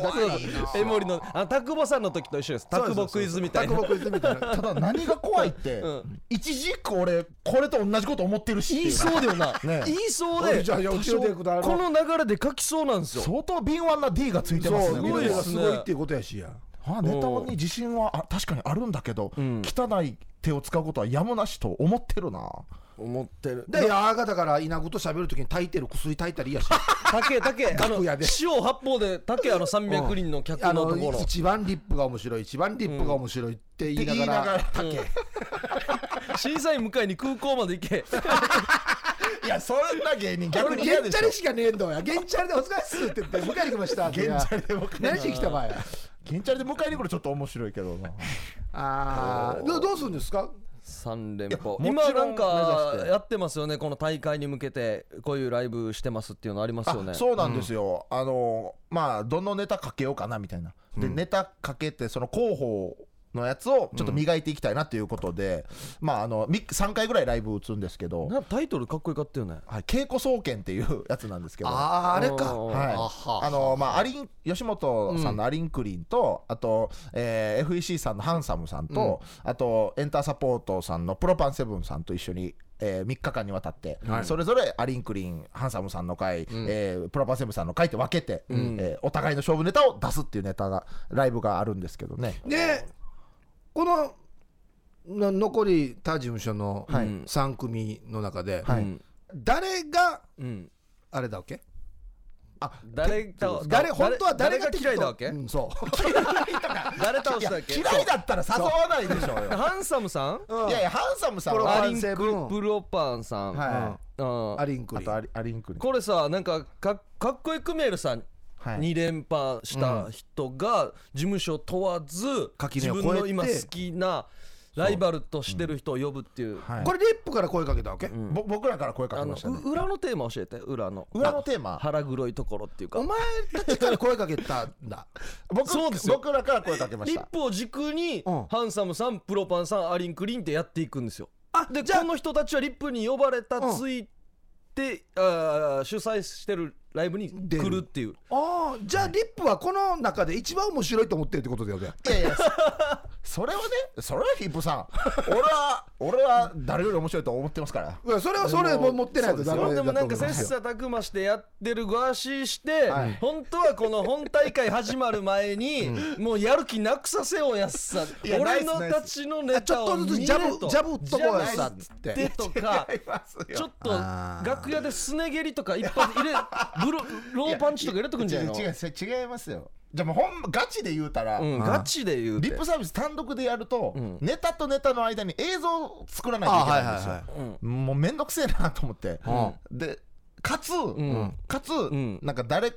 Speaker 1: 江森のあ田久保さんの時と一緒です田久保クイズみたいな
Speaker 2: 僕みたいな
Speaker 3: ただ何が怖いって、一時一句俺これと同じこと思ってるし
Speaker 1: 言いそうだよな、
Speaker 3: ね
Speaker 1: 言いそう
Speaker 2: おい
Speaker 1: で
Speaker 2: じゃあじゃあうちのディレクターの
Speaker 1: この流れで書きそうなんですよ
Speaker 3: 相当敏腕な D がついてます
Speaker 2: そう
Speaker 3: ね
Speaker 1: ご
Speaker 2: 見
Speaker 1: いで
Speaker 2: る
Speaker 3: これ
Speaker 2: の
Speaker 3: は
Speaker 2: が
Speaker 1: す
Speaker 2: す
Speaker 1: ね
Speaker 2: ごいっていうことやしや
Speaker 3: あネタに自信はあ確かにあるんだけど、汚い手を使うことはやむなしと思ってるな
Speaker 1: 思ってる
Speaker 2: でやーがだから稲子と喋るときに炊いてる薬炊いたりやし
Speaker 1: 竹竹あの
Speaker 2: 楽屋で
Speaker 1: 塩八方で竹あの300人の客
Speaker 2: あ
Speaker 1: のと
Speaker 2: の
Speaker 1: ころ
Speaker 2: 一番リップが面白い一番リップが面白いって言いながら,、
Speaker 3: って
Speaker 2: 竹
Speaker 1: 審査員迎えに空港まで行け
Speaker 3: いやそんな芸人逆
Speaker 2: 俺
Speaker 3: に
Speaker 2: ゲ
Speaker 3: 嫌で
Speaker 2: ン
Speaker 3: し
Speaker 2: チャ
Speaker 3: ょ
Speaker 2: リしかねえんだよゲンチャリでお疲れっすって言って迎えに来ましたって
Speaker 3: ゲンチャリで迎えに来ま
Speaker 2: 何しに来た場合
Speaker 3: ゲンチャリで迎えに来るちょっと面白いけどな
Speaker 2: ああどどうするんですか
Speaker 1: 3連覇
Speaker 3: いやも
Speaker 1: 今な
Speaker 3: ちろ
Speaker 1: ん
Speaker 3: ん
Speaker 1: か
Speaker 3: 目指して
Speaker 1: やってますよねこの大会に向けてこういうライブしてますっていうのありますよね
Speaker 3: あそうなんですよ、あのまあどのネタかけようかなみたいなで、ネタかけてその候補のやつをちょっと磨いていきたいなということで、まああのみ3回ぐらいライブ打つんですけど、
Speaker 1: なんかタイトルかっこよかったよね
Speaker 3: はい、稽古総研っていうやつなんですけど
Speaker 2: あああれか
Speaker 1: おー
Speaker 3: はい、
Speaker 2: あ
Speaker 3: あ
Speaker 2: は
Speaker 3: のまあアリン吉本さんのアリンクリンと、あと、えー FEC さんのハンサムさんと、あとエンターサポートさんのプロパンセブンさんと一緒に。え3日間にわたって、それぞれアリンクリン、ハンサムさんの回、えープロパンセブンさんの回って分けて、えーお互いの勝負ネタを出すっていうネタが、ライブがあるんですけどね、
Speaker 2: でこのの残り他事務所の
Speaker 3: はい
Speaker 2: 3組の中で、
Speaker 3: はい
Speaker 1: うん
Speaker 2: 誰が
Speaker 1: うん
Speaker 2: あれだっけ
Speaker 1: 誰倒す
Speaker 2: 誰本当は誰が
Speaker 1: 誰が嫌いだわけ
Speaker 2: うんそう <laughs>
Speaker 1: 誰倒したっけ
Speaker 3: 嫌いだったら誘わないでしょうよ、
Speaker 1: ハンサムさん
Speaker 3: いやいや、ハンサムさん
Speaker 2: プロ
Speaker 3: は、
Speaker 1: ア
Speaker 2: パ
Speaker 1: リン
Speaker 2: ンセブン
Speaker 1: クプロパンさん、
Speaker 3: は
Speaker 1: うん
Speaker 2: アリンク
Speaker 3: い、あ
Speaker 2: リン
Speaker 3: とアリアリンクリン、
Speaker 1: これさなんかかかっこよく見えるさ
Speaker 3: はい
Speaker 1: 2連覇した人が事務所問わず
Speaker 2: 垣
Speaker 1: 自
Speaker 2: 根を越えて
Speaker 1: 分の今好きなライバルとしてる人を呼ぶっていう、
Speaker 3: はい
Speaker 2: これリップから声かけたわけ、
Speaker 1: うん
Speaker 3: ぼ僕らから声か
Speaker 1: あ
Speaker 3: け
Speaker 1: の
Speaker 3: ましたね
Speaker 1: う裏のテーマ教えて裏の
Speaker 3: 裏のテーマ
Speaker 1: 腹黒いところっていうか
Speaker 2: お前たちから声かけたん <laughs> だ
Speaker 3: 僕
Speaker 1: そうですよ
Speaker 3: 僕らから声かけまし
Speaker 1: リ
Speaker 3: た
Speaker 1: ップを軸に、
Speaker 2: うん
Speaker 1: ハンサムさんプロパンさんアリンクリンってやっていくんですよ
Speaker 2: あ
Speaker 1: で
Speaker 2: じゃあ
Speaker 1: この人たちはリップに呼ばれた
Speaker 2: うん
Speaker 1: ついて、あー主催してるライブに
Speaker 2: 出
Speaker 1: 来
Speaker 2: る
Speaker 1: るっていう
Speaker 2: ああじゃあリップはこの中で一番面白いと思ってるってことだよね
Speaker 3: いやいやそそれはねそれはヒップさん俺は俺は誰より面白いと思ってますから
Speaker 2: いやそれはそれも持ってないとダメ
Speaker 1: で
Speaker 2: だ
Speaker 1: も
Speaker 2: と
Speaker 1: なん
Speaker 2: 思
Speaker 1: か
Speaker 2: います
Speaker 1: 切磋琢磨してやってるご足して、
Speaker 3: はい
Speaker 1: 本当はこの本大会始まる前に、もうやる気なくさせようやっさ
Speaker 3: いや
Speaker 1: 俺
Speaker 3: ナ
Speaker 1: の
Speaker 3: イスナイス
Speaker 1: たちのネ
Speaker 2: ちょ
Speaker 1: タ
Speaker 2: っ
Speaker 1: を
Speaker 2: とずつ
Speaker 1: 見
Speaker 2: ジャ
Speaker 1: れと
Speaker 2: ブジャブ打っとこうやさっつっ
Speaker 1: で
Speaker 2: て
Speaker 1: とか
Speaker 3: いますよ
Speaker 1: ちょっと
Speaker 2: あー
Speaker 1: 楽屋ですね蹴りとか一発
Speaker 2: <laughs>
Speaker 1: 入れブロローパンチとか入れとくんじゃないの
Speaker 3: 違う違う違いますよじゃあもうほんまガチで言うたら、
Speaker 1: うん、ガチで言うて
Speaker 3: リップサービス単独でやると、
Speaker 1: うん
Speaker 3: ネタとネタの間に映像を作らないといけないんですよ、
Speaker 2: あはい
Speaker 1: うん
Speaker 3: もうめんどくせえなと思って、でかつ、
Speaker 1: ん
Speaker 3: かつ、
Speaker 1: ん
Speaker 3: なんか誰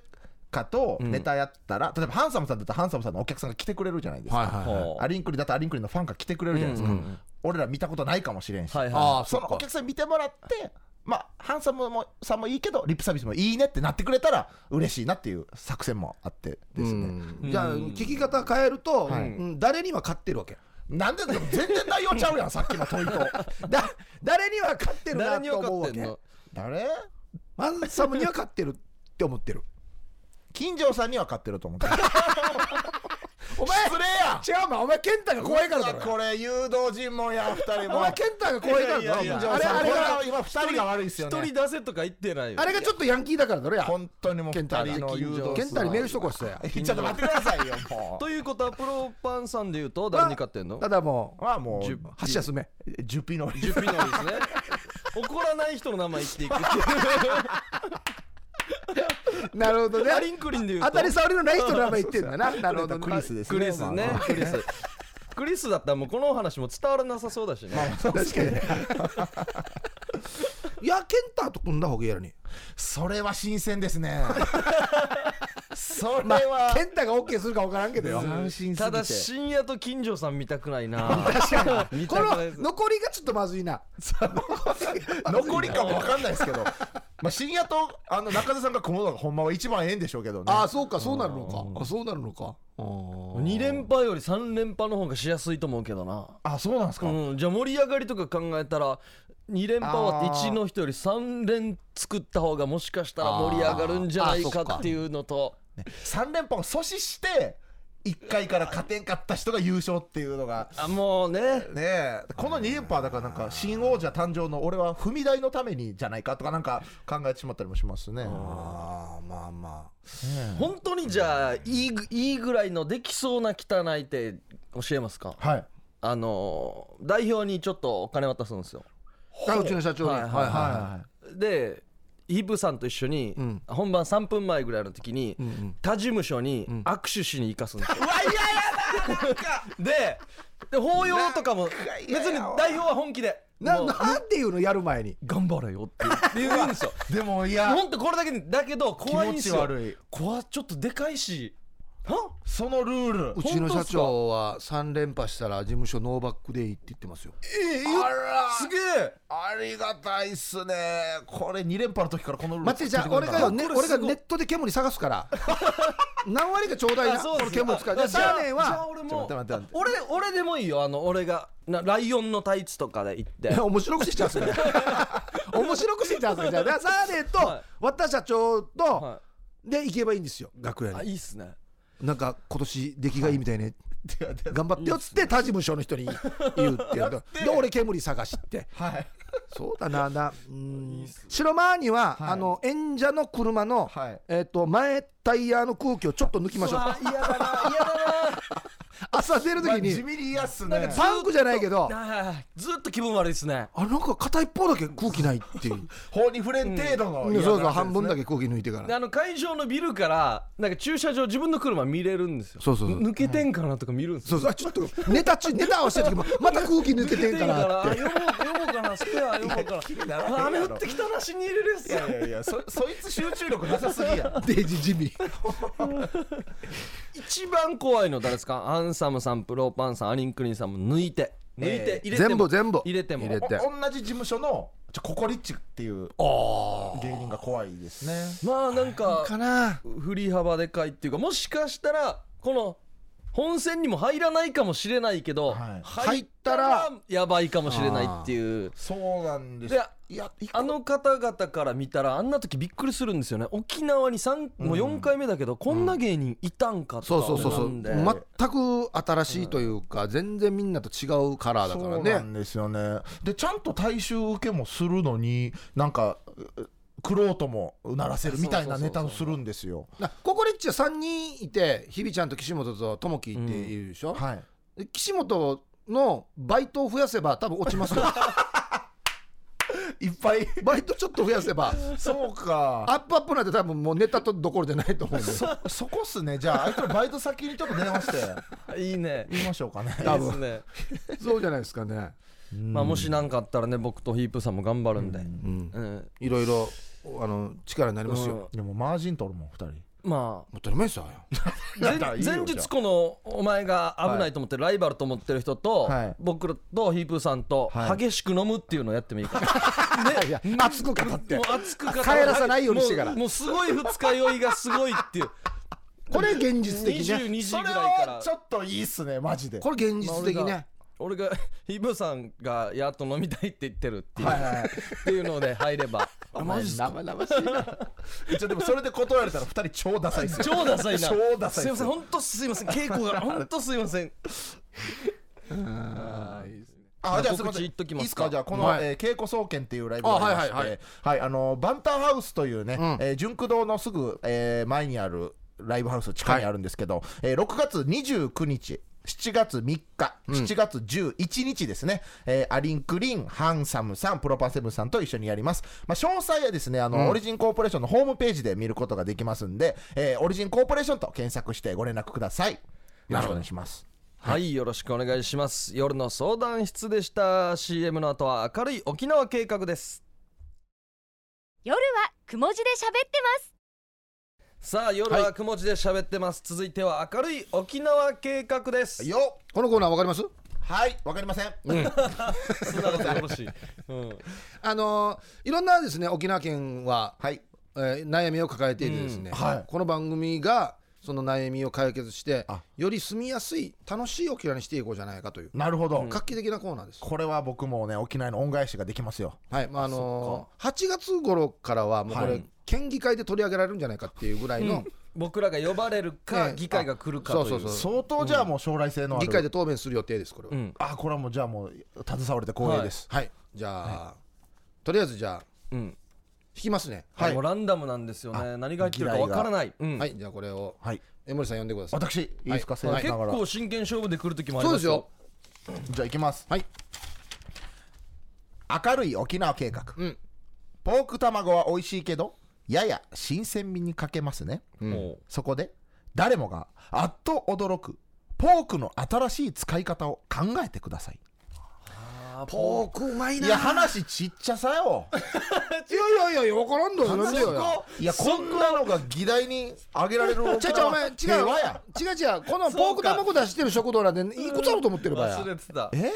Speaker 3: かと
Speaker 1: ん
Speaker 3: ネタやったら、例えばハンサムさんだったらハンサムさんのお客さんが来てくれるじゃないですか、
Speaker 2: はいはい
Speaker 1: ほう
Speaker 3: アリンクリだったらアリンクリのファンが来てくれるじゃないですか、
Speaker 1: うんうんうん
Speaker 3: 俺ら見たことないかもしれんし、
Speaker 1: はい
Speaker 2: あ
Speaker 1: は
Speaker 2: あ
Speaker 3: そ
Speaker 2: そ
Speaker 3: の
Speaker 2: の
Speaker 3: お客さん見てもらってまあハンサムもさんもいいけどリップサービスもいいねってなってくれたら嬉しいなっていう作戦もあってですね、
Speaker 1: い
Speaker 2: じゃあ
Speaker 1: うん
Speaker 2: 聞き方変えると、
Speaker 3: はい
Speaker 2: うん誰には勝ってるわけ
Speaker 3: なんでだよ全然内容ちゃう <laughs> やんさっきの問いと
Speaker 2: だ誰には勝ってるな
Speaker 1: 誰に
Speaker 2: と
Speaker 1: 分
Speaker 2: 思う
Speaker 1: か
Speaker 2: わ
Speaker 1: ってん
Speaker 2: け
Speaker 1: の
Speaker 3: 誰
Speaker 2: マンサムには勝ってるって思ってる
Speaker 3: 金城さんには勝ってると思 <laughs> って
Speaker 2: お前
Speaker 3: 失礼や
Speaker 2: <laughs> 違うまお前健太が怖いからだ
Speaker 3: うわ
Speaker 2: ろ
Speaker 3: これ誘導尋問や二人
Speaker 2: お
Speaker 3: も
Speaker 2: 前健太が怖いからだろお
Speaker 3: い
Speaker 2: 前
Speaker 3: やいやいや
Speaker 2: あれあれ
Speaker 3: こ
Speaker 2: が
Speaker 3: れは今二人が悪いですよ
Speaker 1: 一人
Speaker 3: ね
Speaker 1: 出せとか言ってないよ
Speaker 2: あれがちょっとヤンキーだからだろや
Speaker 3: 本当にもう二
Speaker 2: 健太が
Speaker 3: 人の誘導
Speaker 2: 健太にメールしとこうしてや
Speaker 3: ちょっと待ってくださいよも
Speaker 1: ということはプロパンさんで言うと誰に勝ってんの
Speaker 2: ただも
Speaker 3: うまあも
Speaker 1: ジ
Speaker 3: う
Speaker 1: ュ
Speaker 2: う8社進め
Speaker 3: ジュピノリ
Speaker 1: ジュピノリですね怒らない人の名前言っていくってい
Speaker 2: なるほど
Speaker 1: う
Speaker 2: ね
Speaker 1: アリンクリンで言うと
Speaker 2: 当たり障りのない人の名前言ってんだななるほどね
Speaker 3: クリスです
Speaker 1: クリスねクリスクリスだったらもうこのお話も伝わらなさそうだしね、
Speaker 2: 確かに <laughs> いやケンタと組んだ方がいいやろに
Speaker 3: それは新鮮で
Speaker 2: <laughs>
Speaker 3: すねそ
Speaker 2: ま
Speaker 3: れは
Speaker 2: あケンタが OK するか分からんけどよ
Speaker 3: 斬新す
Speaker 1: た
Speaker 3: ぎ
Speaker 1: だ
Speaker 3: て
Speaker 1: 深夜と近所さん見たくないな
Speaker 2: <laughs> 確かに
Speaker 1: 見
Speaker 2: こ
Speaker 1: たく
Speaker 2: の
Speaker 1: ないです
Speaker 2: 残りがちょっとまずいな
Speaker 3: 残りかも分かんないですけどまあ深夜とあの中田さんが組むのがほんまは一番ええんでしょうけどね
Speaker 2: ああそうかそうなるのかあそうなるのか
Speaker 1: 2連覇より3連覇の方がしやすいと思うけどな
Speaker 3: あそうなんですか、
Speaker 1: うん、じゃあ盛り上がりとか考えたら2連覇は
Speaker 3: あー
Speaker 1: 1の人より3連作った方がもしかしたら盛り上がるんじゃないかっていうのと
Speaker 3: 3連覇を阻止して1回から勝てんかった人が優勝っていうのが
Speaker 1: あもうね
Speaker 3: ねえこの2連覇だからなんか新王者誕生の俺は踏み台のためにじゃないかとかなんか考えてしまったりもしますね
Speaker 2: ああまあまあ
Speaker 1: 本当にじゃあいいぐいいぐらいのできそうな汚いって教えますか
Speaker 3: はい
Speaker 1: あのー代表にちょっとお金渡すんですよ
Speaker 2: あうちの社長に
Speaker 1: はいはいはいでイブさんと一緒に、
Speaker 2: ん
Speaker 1: 本番3分前ぐらいの時に、
Speaker 2: ん
Speaker 1: 他事務所に握手しに行かすん
Speaker 3: <laughs>
Speaker 1: ですよ、
Speaker 3: いわ嫌やななんか
Speaker 1: でで法要とかも別
Speaker 3: 嫌
Speaker 1: に
Speaker 3: やわ
Speaker 1: 代表は本気で
Speaker 2: な
Speaker 1: もう
Speaker 2: なんていうのやる前に
Speaker 1: 頑張れよって
Speaker 3: <laughs>
Speaker 1: 言う言うんですよ
Speaker 3: でもいや
Speaker 1: 本当これだけでだけど怖いんですよ
Speaker 3: 気持ち悪い
Speaker 1: 怖ちょっとでかいしは
Speaker 3: そのルール
Speaker 2: うちの社長は3連覇したら事務所ノーバックでいいって言ってますよ
Speaker 1: え
Speaker 3: あら
Speaker 1: すげえ
Speaker 3: ありがたいっすねこれ2連覇の時からこのルール
Speaker 2: 待ってじゃあ俺がよ、ね、俺がネットで煙探すから <laughs> 何割かちょうだいな
Speaker 1: あそう
Speaker 2: こ
Speaker 1: で
Speaker 2: の
Speaker 1: すね
Speaker 2: 煙使う
Speaker 1: あ
Speaker 2: で
Speaker 1: じゃあ
Speaker 2: 3年
Speaker 1: じゃあ
Speaker 2: は
Speaker 1: 俺
Speaker 3: ちょ
Speaker 1: も
Speaker 3: っと待って待って
Speaker 1: 俺俺でもいいよあの俺がなライオンのタイツとかで行って
Speaker 2: <laughs> 面白くしてち
Speaker 1: <laughs>
Speaker 2: ゃうんすね面白くしてちゃうんすねじゃあサーネと、
Speaker 1: はい
Speaker 2: 私社長と、
Speaker 1: は
Speaker 2: で行けばいいんですよ楽屋
Speaker 1: いあ
Speaker 2: に
Speaker 1: いいっすね
Speaker 2: なんか今年出来がいいみたいね、頑張ってよっつって他事務所の人に言うって <laughs> やるとで俺煙探しって
Speaker 3: はい
Speaker 2: そうだななうん白間には、あの演者の車の、
Speaker 3: はい
Speaker 2: えっと前タイヤの空気をちょっと抜きましょう
Speaker 1: あ嫌だな嫌だな
Speaker 2: 朝出る時
Speaker 3: 地
Speaker 2: に
Speaker 3: 味に嫌っすね
Speaker 2: <laughs> パンクじゃないけど
Speaker 1: はいはいはいずっと気分悪いですね
Speaker 2: あなんか片一方だけ空気ないって <laughs> いう
Speaker 3: 法に触れん程度の、
Speaker 2: そうそう半分だ
Speaker 3: け
Speaker 2: け空気抜いてか
Speaker 1: で
Speaker 2: ら
Speaker 1: あの会場のビルからなんか駐車場自分の車見れるんですよ
Speaker 2: そうそうそう
Speaker 1: 抜けてんかなとか見るんですよ
Speaker 2: そうそうあちょっとネタ中ネタ合わせた時もまた空気抜けてんかな <laughs> って
Speaker 1: 読もう読もうかなスペア読もう
Speaker 2: <laughs>
Speaker 1: か
Speaker 3: な
Speaker 1: な
Speaker 3: らへんやろ
Speaker 1: あ雨降ってきたな死に入れるやつ
Speaker 3: いやいやいやそ <laughs> そいつ集中力なさすぎや
Speaker 2: デイジ地味
Speaker 1: 一番怖いの誰ですかアンサムさんプロパンさんアリンクリンさんも抜いて抜いて、入れても
Speaker 2: 全部全部
Speaker 1: 入れても
Speaker 2: 入れて
Speaker 3: お同じ事務所のちょココリッチっていう芸人が怖いですね
Speaker 1: まあなんか
Speaker 2: かな
Speaker 1: 振り幅でかいっていうかもしかしたらこの本戦にも入らないかもしれないけど、
Speaker 3: はい
Speaker 1: 入ったらやばいかもしれないっていう
Speaker 3: そうなんです
Speaker 1: で
Speaker 2: いやい
Speaker 1: あの方々から見たらあんな時びっくりするんですよね沖縄に三もう4回目だけど、こんな芸人いたんか
Speaker 2: そ
Speaker 1: と
Speaker 2: う
Speaker 1: か
Speaker 2: そうそうそ
Speaker 1: 思
Speaker 2: うん
Speaker 1: で
Speaker 2: 全く新しいというか、全然みんなと違うカラーだか
Speaker 3: そうな
Speaker 2: らね
Speaker 3: んですよねでちゃんと大衆受けもするのになんかくろうともうならせるみたいなネタをするんですよ
Speaker 2: なココリッチは3人いて日比ちゃんと岸本と友樹っているでしょ、
Speaker 3: はい
Speaker 2: で岸本のバイトを増やせば多分落ち <laughs> ますよ
Speaker 3: いっぱい
Speaker 2: バイトちょっと増やせば
Speaker 3: そうか
Speaker 2: アップアップなんて多分もうネタとどころじゃないと思 <laughs> うんです
Speaker 3: そそこっすねじゃああいつのバイト先にちょっと電話して
Speaker 1: いいね
Speaker 3: 言いましょうかね
Speaker 1: いいですね、
Speaker 2: そうじゃないですかね、
Speaker 1: まあ、もし何かあったらね僕とヒープさんも頑張るんで、
Speaker 2: うん
Speaker 1: うん
Speaker 2: いろいろあの力になりますよ、
Speaker 1: うん
Speaker 3: でもマージン取るもん2人
Speaker 1: まあ
Speaker 2: 当たり前ですよ
Speaker 1: 前
Speaker 3: だからいいよ
Speaker 1: 前日このお前が危ないと思ってる、ライバルと思ってる人と、
Speaker 3: はい
Speaker 1: 僕らとヒープーさんと
Speaker 3: はい
Speaker 1: 激しく飲むっていうのをやってもいい
Speaker 3: <laughs>
Speaker 1: かな、
Speaker 2: いや熱く語って
Speaker 1: もう熱く語る
Speaker 2: 帰らさないようにしてから
Speaker 1: もうもうすごい二日酔いがすごいっていう
Speaker 2: これ現実的ね
Speaker 1: 22時
Speaker 3: そ
Speaker 1: ぐ
Speaker 3: れ
Speaker 1: らいから
Speaker 3: はちょっといいっすねマジで
Speaker 2: これ現実的ね
Speaker 1: 俺がヒープーさんがやっと飲みたいって言ってるっていう,、
Speaker 3: はいはいはい
Speaker 1: っていうので入れ
Speaker 3: <laughs>
Speaker 1: ばあマジっすか
Speaker 2: 生々しいな
Speaker 3: 一応でもそれで断られたら2人超ダサいっすよ
Speaker 1: 超ダサいな
Speaker 3: 超ダサい
Speaker 1: すい
Speaker 3: っ
Speaker 1: ますせん
Speaker 3: よ
Speaker 1: 本当すいません稽古が本当すいません
Speaker 3: あじゃあすいません
Speaker 1: 告知言っときますか
Speaker 3: いいっすかじゃあこの、
Speaker 2: はい
Speaker 3: えー稽古総研っていうライブがありまして
Speaker 2: あはいはいはい
Speaker 3: はいあのバンタンハウスというね、
Speaker 2: ん
Speaker 3: えー純駆堂のすぐ、えー前にあるライブハウス地下にあるんですけど、えー6月29日7月3日、7月11日ですね、えーアリンクリン、ハンサムさん、プロパセブンさんと一緒にやります。まあ、詳細はですね、あの、オリジンコーポレーションのホームページで見ることができますんで、えーオリジンコーポレーションと検索してご連絡ください。よろしくお願いします。
Speaker 1: はい、よろしくお願いします。夜の相談室でした。CM の後は明るい沖縄計画です。
Speaker 5: 夜はくも字で喋ってます
Speaker 1: さあ、夜はくも字で喋ってます。続いては明るい沖縄計画です。
Speaker 3: よっ
Speaker 2: このコーナーわかります
Speaker 3: はい、わかりません。
Speaker 1: 素直でよろしい。 <laughs> うん
Speaker 2: あのーいろんなですね沖縄県は、
Speaker 3: はい。
Speaker 2: えー悩みを抱えていてですね、
Speaker 3: はい
Speaker 2: この番組がその悩みを解決して
Speaker 3: あ
Speaker 2: より住みやすい楽しい沖縄にしていこうじゃないかという
Speaker 3: なるほど。
Speaker 2: 画期的なコーナーです、
Speaker 3: これは僕もね沖縄の恩返しができますよ
Speaker 2: はいまああのー8月頃からはもうこれ、
Speaker 3: はい
Speaker 2: 県議会で取り上げられるんじゃないかっていうぐらいの、
Speaker 1: 僕らが呼ばれる
Speaker 2: え
Speaker 1: か、
Speaker 2: え
Speaker 1: 議会が来るか
Speaker 2: そ
Speaker 1: というう。
Speaker 2: そうそう
Speaker 3: 相当じゃあもう将来性のあ
Speaker 2: <laughs>
Speaker 3: る、
Speaker 2: 議会で答弁する予定ですこれは、
Speaker 1: うん
Speaker 3: あこれはもうじゃあもう携われて光栄です、
Speaker 2: はいじゃあ、とりあえずじゃあ
Speaker 1: うん。
Speaker 2: 引きますね
Speaker 3: はい
Speaker 1: もうランダムなんですよね。何が入ってるかわからない。うん
Speaker 2: はいじゃあこれを
Speaker 3: はい
Speaker 2: 江森さん呼んでください
Speaker 3: 私いいですか、せ
Speaker 2: はい
Speaker 3: せ
Speaker 1: 結
Speaker 3: ながら
Speaker 1: 構真剣勝負で来る時もあり
Speaker 2: そう
Speaker 1: ま
Speaker 2: ですすよ
Speaker 1: よ。
Speaker 3: じゃあ行きます
Speaker 2: はい
Speaker 3: 明るい沖縄計画、
Speaker 2: うん
Speaker 3: ポーク卵は美味しいけどやや新鮮味に欠けますね
Speaker 1: もう
Speaker 3: そこで誰もがあっと驚くポークの新しい使い方を考えてください
Speaker 2: ポークうまい
Speaker 3: い
Speaker 2: な
Speaker 3: や話ちっちゃさよ
Speaker 2: いやいやいや分からんだよなんでよや
Speaker 3: いやこんなのが議題に挙げられる
Speaker 2: ちゃちゃお前違う
Speaker 3: 平和や
Speaker 2: 違う違うこのポーク卵出してる食堂なんていくつあると思ってるばや
Speaker 1: 忘れてた。
Speaker 3: え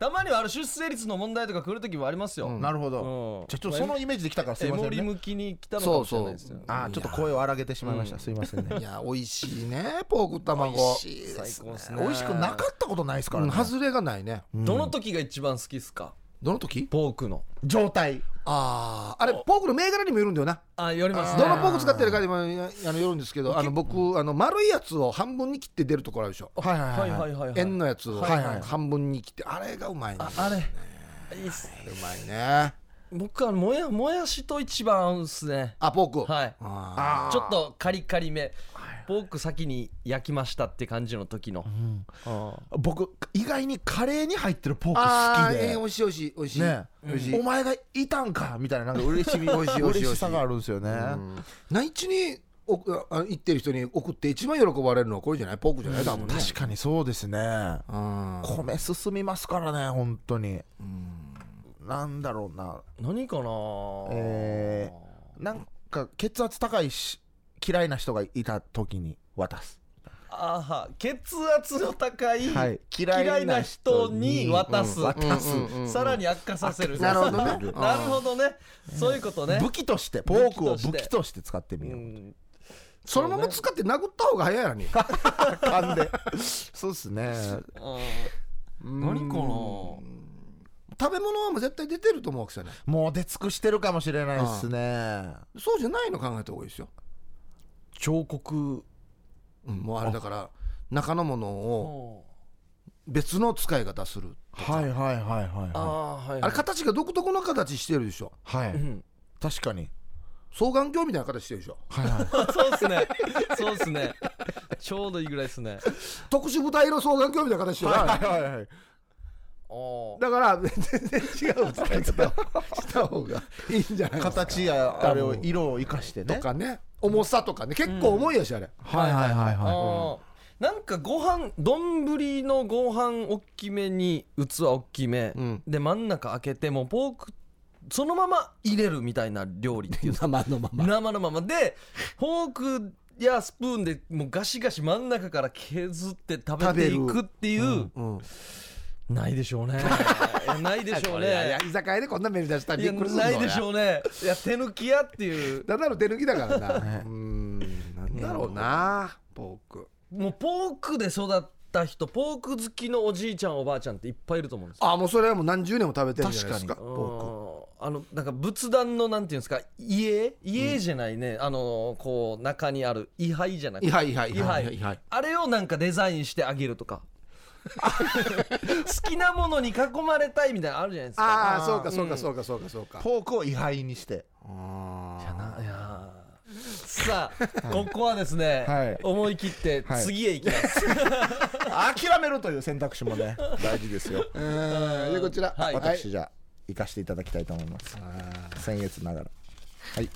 Speaker 1: たまにはある出生率の問題とか来る時もありますよ。
Speaker 3: なるほ
Speaker 1: う
Speaker 3: ど
Speaker 1: ん。
Speaker 3: じゃあちょっとそのイメージできたからすい
Speaker 1: エ
Speaker 3: ませ
Speaker 1: モ
Speaker 3: ん
Speaker 1: リ
Speaker 3: ね。
Speaker 1: 向きに来たのかもしれないですよ
Speaker 2: そう。そう
Speaker 3: あーちょっと声を荒げてしまいました。すいませんね
Speaker 2: い。や美味しいねポーク卵美味しい
Speaker 1: 最高ですね。
Speaker 3: 美味しくなかったことないですから
Speaker 2: うん
Speaker 3: ね。
Speaker 2: 外れがないね
Speaker 1: どの時が一番好きですか
Speaker 2: どの時
Speaker 1: ポークの。
Speaker 3: 状態。
Speaker 2: あああれポークの銘柄にもよるんだよな
Speaker 1: あ、よりますね。
Speaker 2: どのポーク使ってるかにもやあのよるんですけどあの僕あの丸いやつを半分に切って出るところあるでしょ
Speaker 3: はい
Speaker 1: は
Speaker 3: はいいは。
Speaker 1: はいいはいはい。
Speaker 2: 円のやつを
Speaker 3: はいはい
Speaker 2: 半分に切ってあれがうまいね
Speaker 1: あれ。いいっす。
Speaker 2: うまいね
Speaker 1: 僕はもやもやしと一番合うんですね。
Speaker 2: あポーク
Speaker 1: はい。
Speaker 2: あ
Speaker 3: あ
Speaker 1: ちょっとカリカリめ。ポーク先に焼きましたって感じの時の。あ
Speaker 3: あ。僕意外にカレーに入ってるポー
Speaker 2: ーあー
Speaker 3: ク
Speaker 2: えー美
Speaker 3: 好
Speaker 2: 味しい美味しい美味し
Speaker 3: き
Speaker 2: い
Speaker 3: で。ね
Speaker 2: 美味しい
Speaker 3: お前がいたんかみたいななんか嬉しみ
Speaker 2: 美味しい美味しい
Speaker 3: 嬉しさがあるんですよね。
Speaker 2: 内地におくあ行ってる人に送って一番喜ばれるのはこれじゃないポークじゃない多分ね
Speaker 3: 確かにそうですね。
Speaker 2: うん
Speaker 3: 米進みますからね本当に。なんだろうな。
Speaker 1: 何かな
Speaker 3: えなんか血圧高いし嫌いな人がいた時に渡す。
Speaker 1: あは血圧の高い、
Speaker 3: はい
Speaker 1: 嫌いな人に渡す、
Speaker 3: うん渡す
Speaker 1: さらに悪化させる
Speaker 2: なるほどね
Speaker 1: <laughs> なるほどねそういうことね
Speaker 3: <laughs> 武器としてポーク
Speaker 1: 武器と
Speaker 3: を
Speaker 1: して
Speaker 3: 武器として使ってみ
Speaker 1: う
Speaker 3: よう、
Speaker 1: ん
Speaker 2: そのまま使って殴った方が早いのに
Speaker 3: 噛んでそうっすね
Speaker 1: あ
Speaker 2: 何食べ物はもう絶対出てると思うわけですよね
Speaker 3: もう出尽くしてるかもしれないっすね
Speaker 2: そうじゃないの考えた方がいいですよ、
Speaker 1: 彫刻
Speaker 2: うん、もうあれだから中のものを別の使い方する
Speaker 3: はいはいはいはいは
Speaker 1: あーはい
Speaker 2: あれ形が独特の形してるでしょ
Speaker 3: い、は
Speaker 1: う
Speaker 3: <laughs> い、
Speaker 1: ん
Speaker 3: 確かに
Speaker 2: 双眼鏡みたいな形してるでしょ
Speaker 3: はいはい
Speaker 1: <laughs> そうっすねそうっすねちょうどいいぐらいですね
Speaker 2: 特殊豚色双眼鏡みたいな形してるよな
Speaker 3: はいはいはい
Speaker 1: お
Speaker 2: だ
Speaker 3: <laughs>
Speaker 2: から全然違う使い方をした方がいいんじゃないですか
Speaker 3: 形やあれを色を生かしてね
Speaker 2: とかね重さとかね結構重いやしあれ、
Speaker 3: はいはいはいは
Speaker 1: あーなんかご飯丼のご飯大きめに器大きめ、
Speaker 2: ん
Speaker 1: で真ん中開けてもうポークそのまま入れるみたいな料理っていう
Speaker 2: 生のま
Speaker 1: 生のままでフォークやスプーンでもうガシガシ真ん中から削って食べていくっていう、
Speaker 2: うん、
Speaker 1: ないでしょうねいやないで <laughs> しょう
Speaker 2: いやい
Speaker 1: ね
Speaker 2: や居酒屋でこんなメール出した
Speaker 1: い
Speaker 2: らびっ
Speaker 1: や
Speaker 2: くりするぞ
Speaker 1: ないでしょうねいや手抜きやっていう
Speaker 2: だだの手抜きだからなうんなんだろうなポーク
Speaker 1: もうポークで育った人ポーク好きのおじいちゃんおばあちゃんっていっぱいいると思うんですよ
Speaker 2: あもうそれはもう何十年も食べてるんじゃないですか
Speaker 3: 確
Speaker 1: うんあのなんか仏壇のなんていうんですか家家じゃないね、あのこう中にある位牌じゃない
Speaker 2: いはいはい
Speaker 1: 位
Speaker 2: はい
Speaker 1: 牌
Speaker 2: はいはい
Speaker 1: あれをなんかデザインしてあげるとか好きなものに囲まれたいみたいなのあるじゃないですか
Speaker 2: ああそうかそう
Speaker 1: うん
Speaker 2: かそうかそうかそう
Speaker 3: い
Speaker 2: か
Speaker 3: ポークを位牌にして
Speaker 1: いやないやさあここはですね、
Speaker 3: はい
Speaker 1: 思い切って
Speaker 3: はい
Speaker 1: 次へ行きます、
Speaker 3: 諦めるという選択肢もね <laughs> 大事ですよ
Speaker 2: うんでこちら
Speaker 1: はい
Speaker 3: 私じゃあ生かしていただきたいと思います僭越ながらはい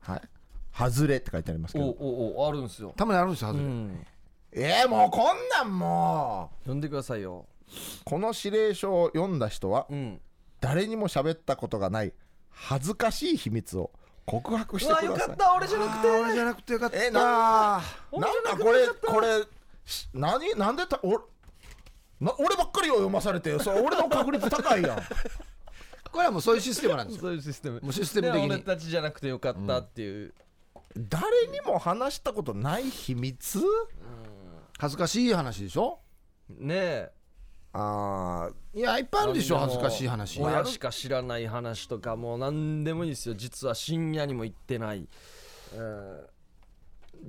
Speaker 3: はい「外れ」って書いてありますけ
Speaker 1: お
Speaker 3: ど
Speaker 1: おおあるんですよ、
Speaker 2: たまにあるんですよ
Speaker 1: う
Speaker 2: 外れ
Speaker 1: ん、
Speaker 3: えー、もうこんなんも
Speaker 1: 呼んでくださいよ
Speaker 3: うこの指令書を読んだ人は
Speaker 1: うん
Speaker 3: 誰にも喋ったことがない恥ずかしい秘密を告白し
Speaker 1: う
Speaker 3: て
Speaker 1: わ
Speaker 3: く
Speaker 1: よ
Speaker 3: だ
Speaker 1: か
Speaker 3: さい
Speaker 1: った俺じゃなくて
Speaker 2: あー俺じゃなくてよかった
Speaker 3: えなあ
Speaker 1: 面
Speaker 3: なん
Speaker 1: 白
Speaker 3: だ
Speaker 1: くな
Speaker 3: これ
Speaker 1: かった
Speaker 3: これし何なんでた俺な俺ばっかりを読まされてそれ俺の確率高いやん
Speaker 2: これはもうそういうシステムなんですよ
Speaker 1: そういうシステム
Speaker 2: もうシステム的に
Speaker 1: で俺たちじゃなくてよかったっていう、
Speaker 3: 誰にも話したことない秘密
Speaker 2: 恥ずかしい話でしょ
Speaker 1: ねえ
Speaker 3: あー
Speaker 2: いやいっぱいあるでしょ
Speaker 1: 何
Speaker 2: 恥
Speaker 1: も
Speaker 2: ずかしい話
Speaker 1: 親しか知らない話とかもう何でもいいですよ実は深夜にも行ってない、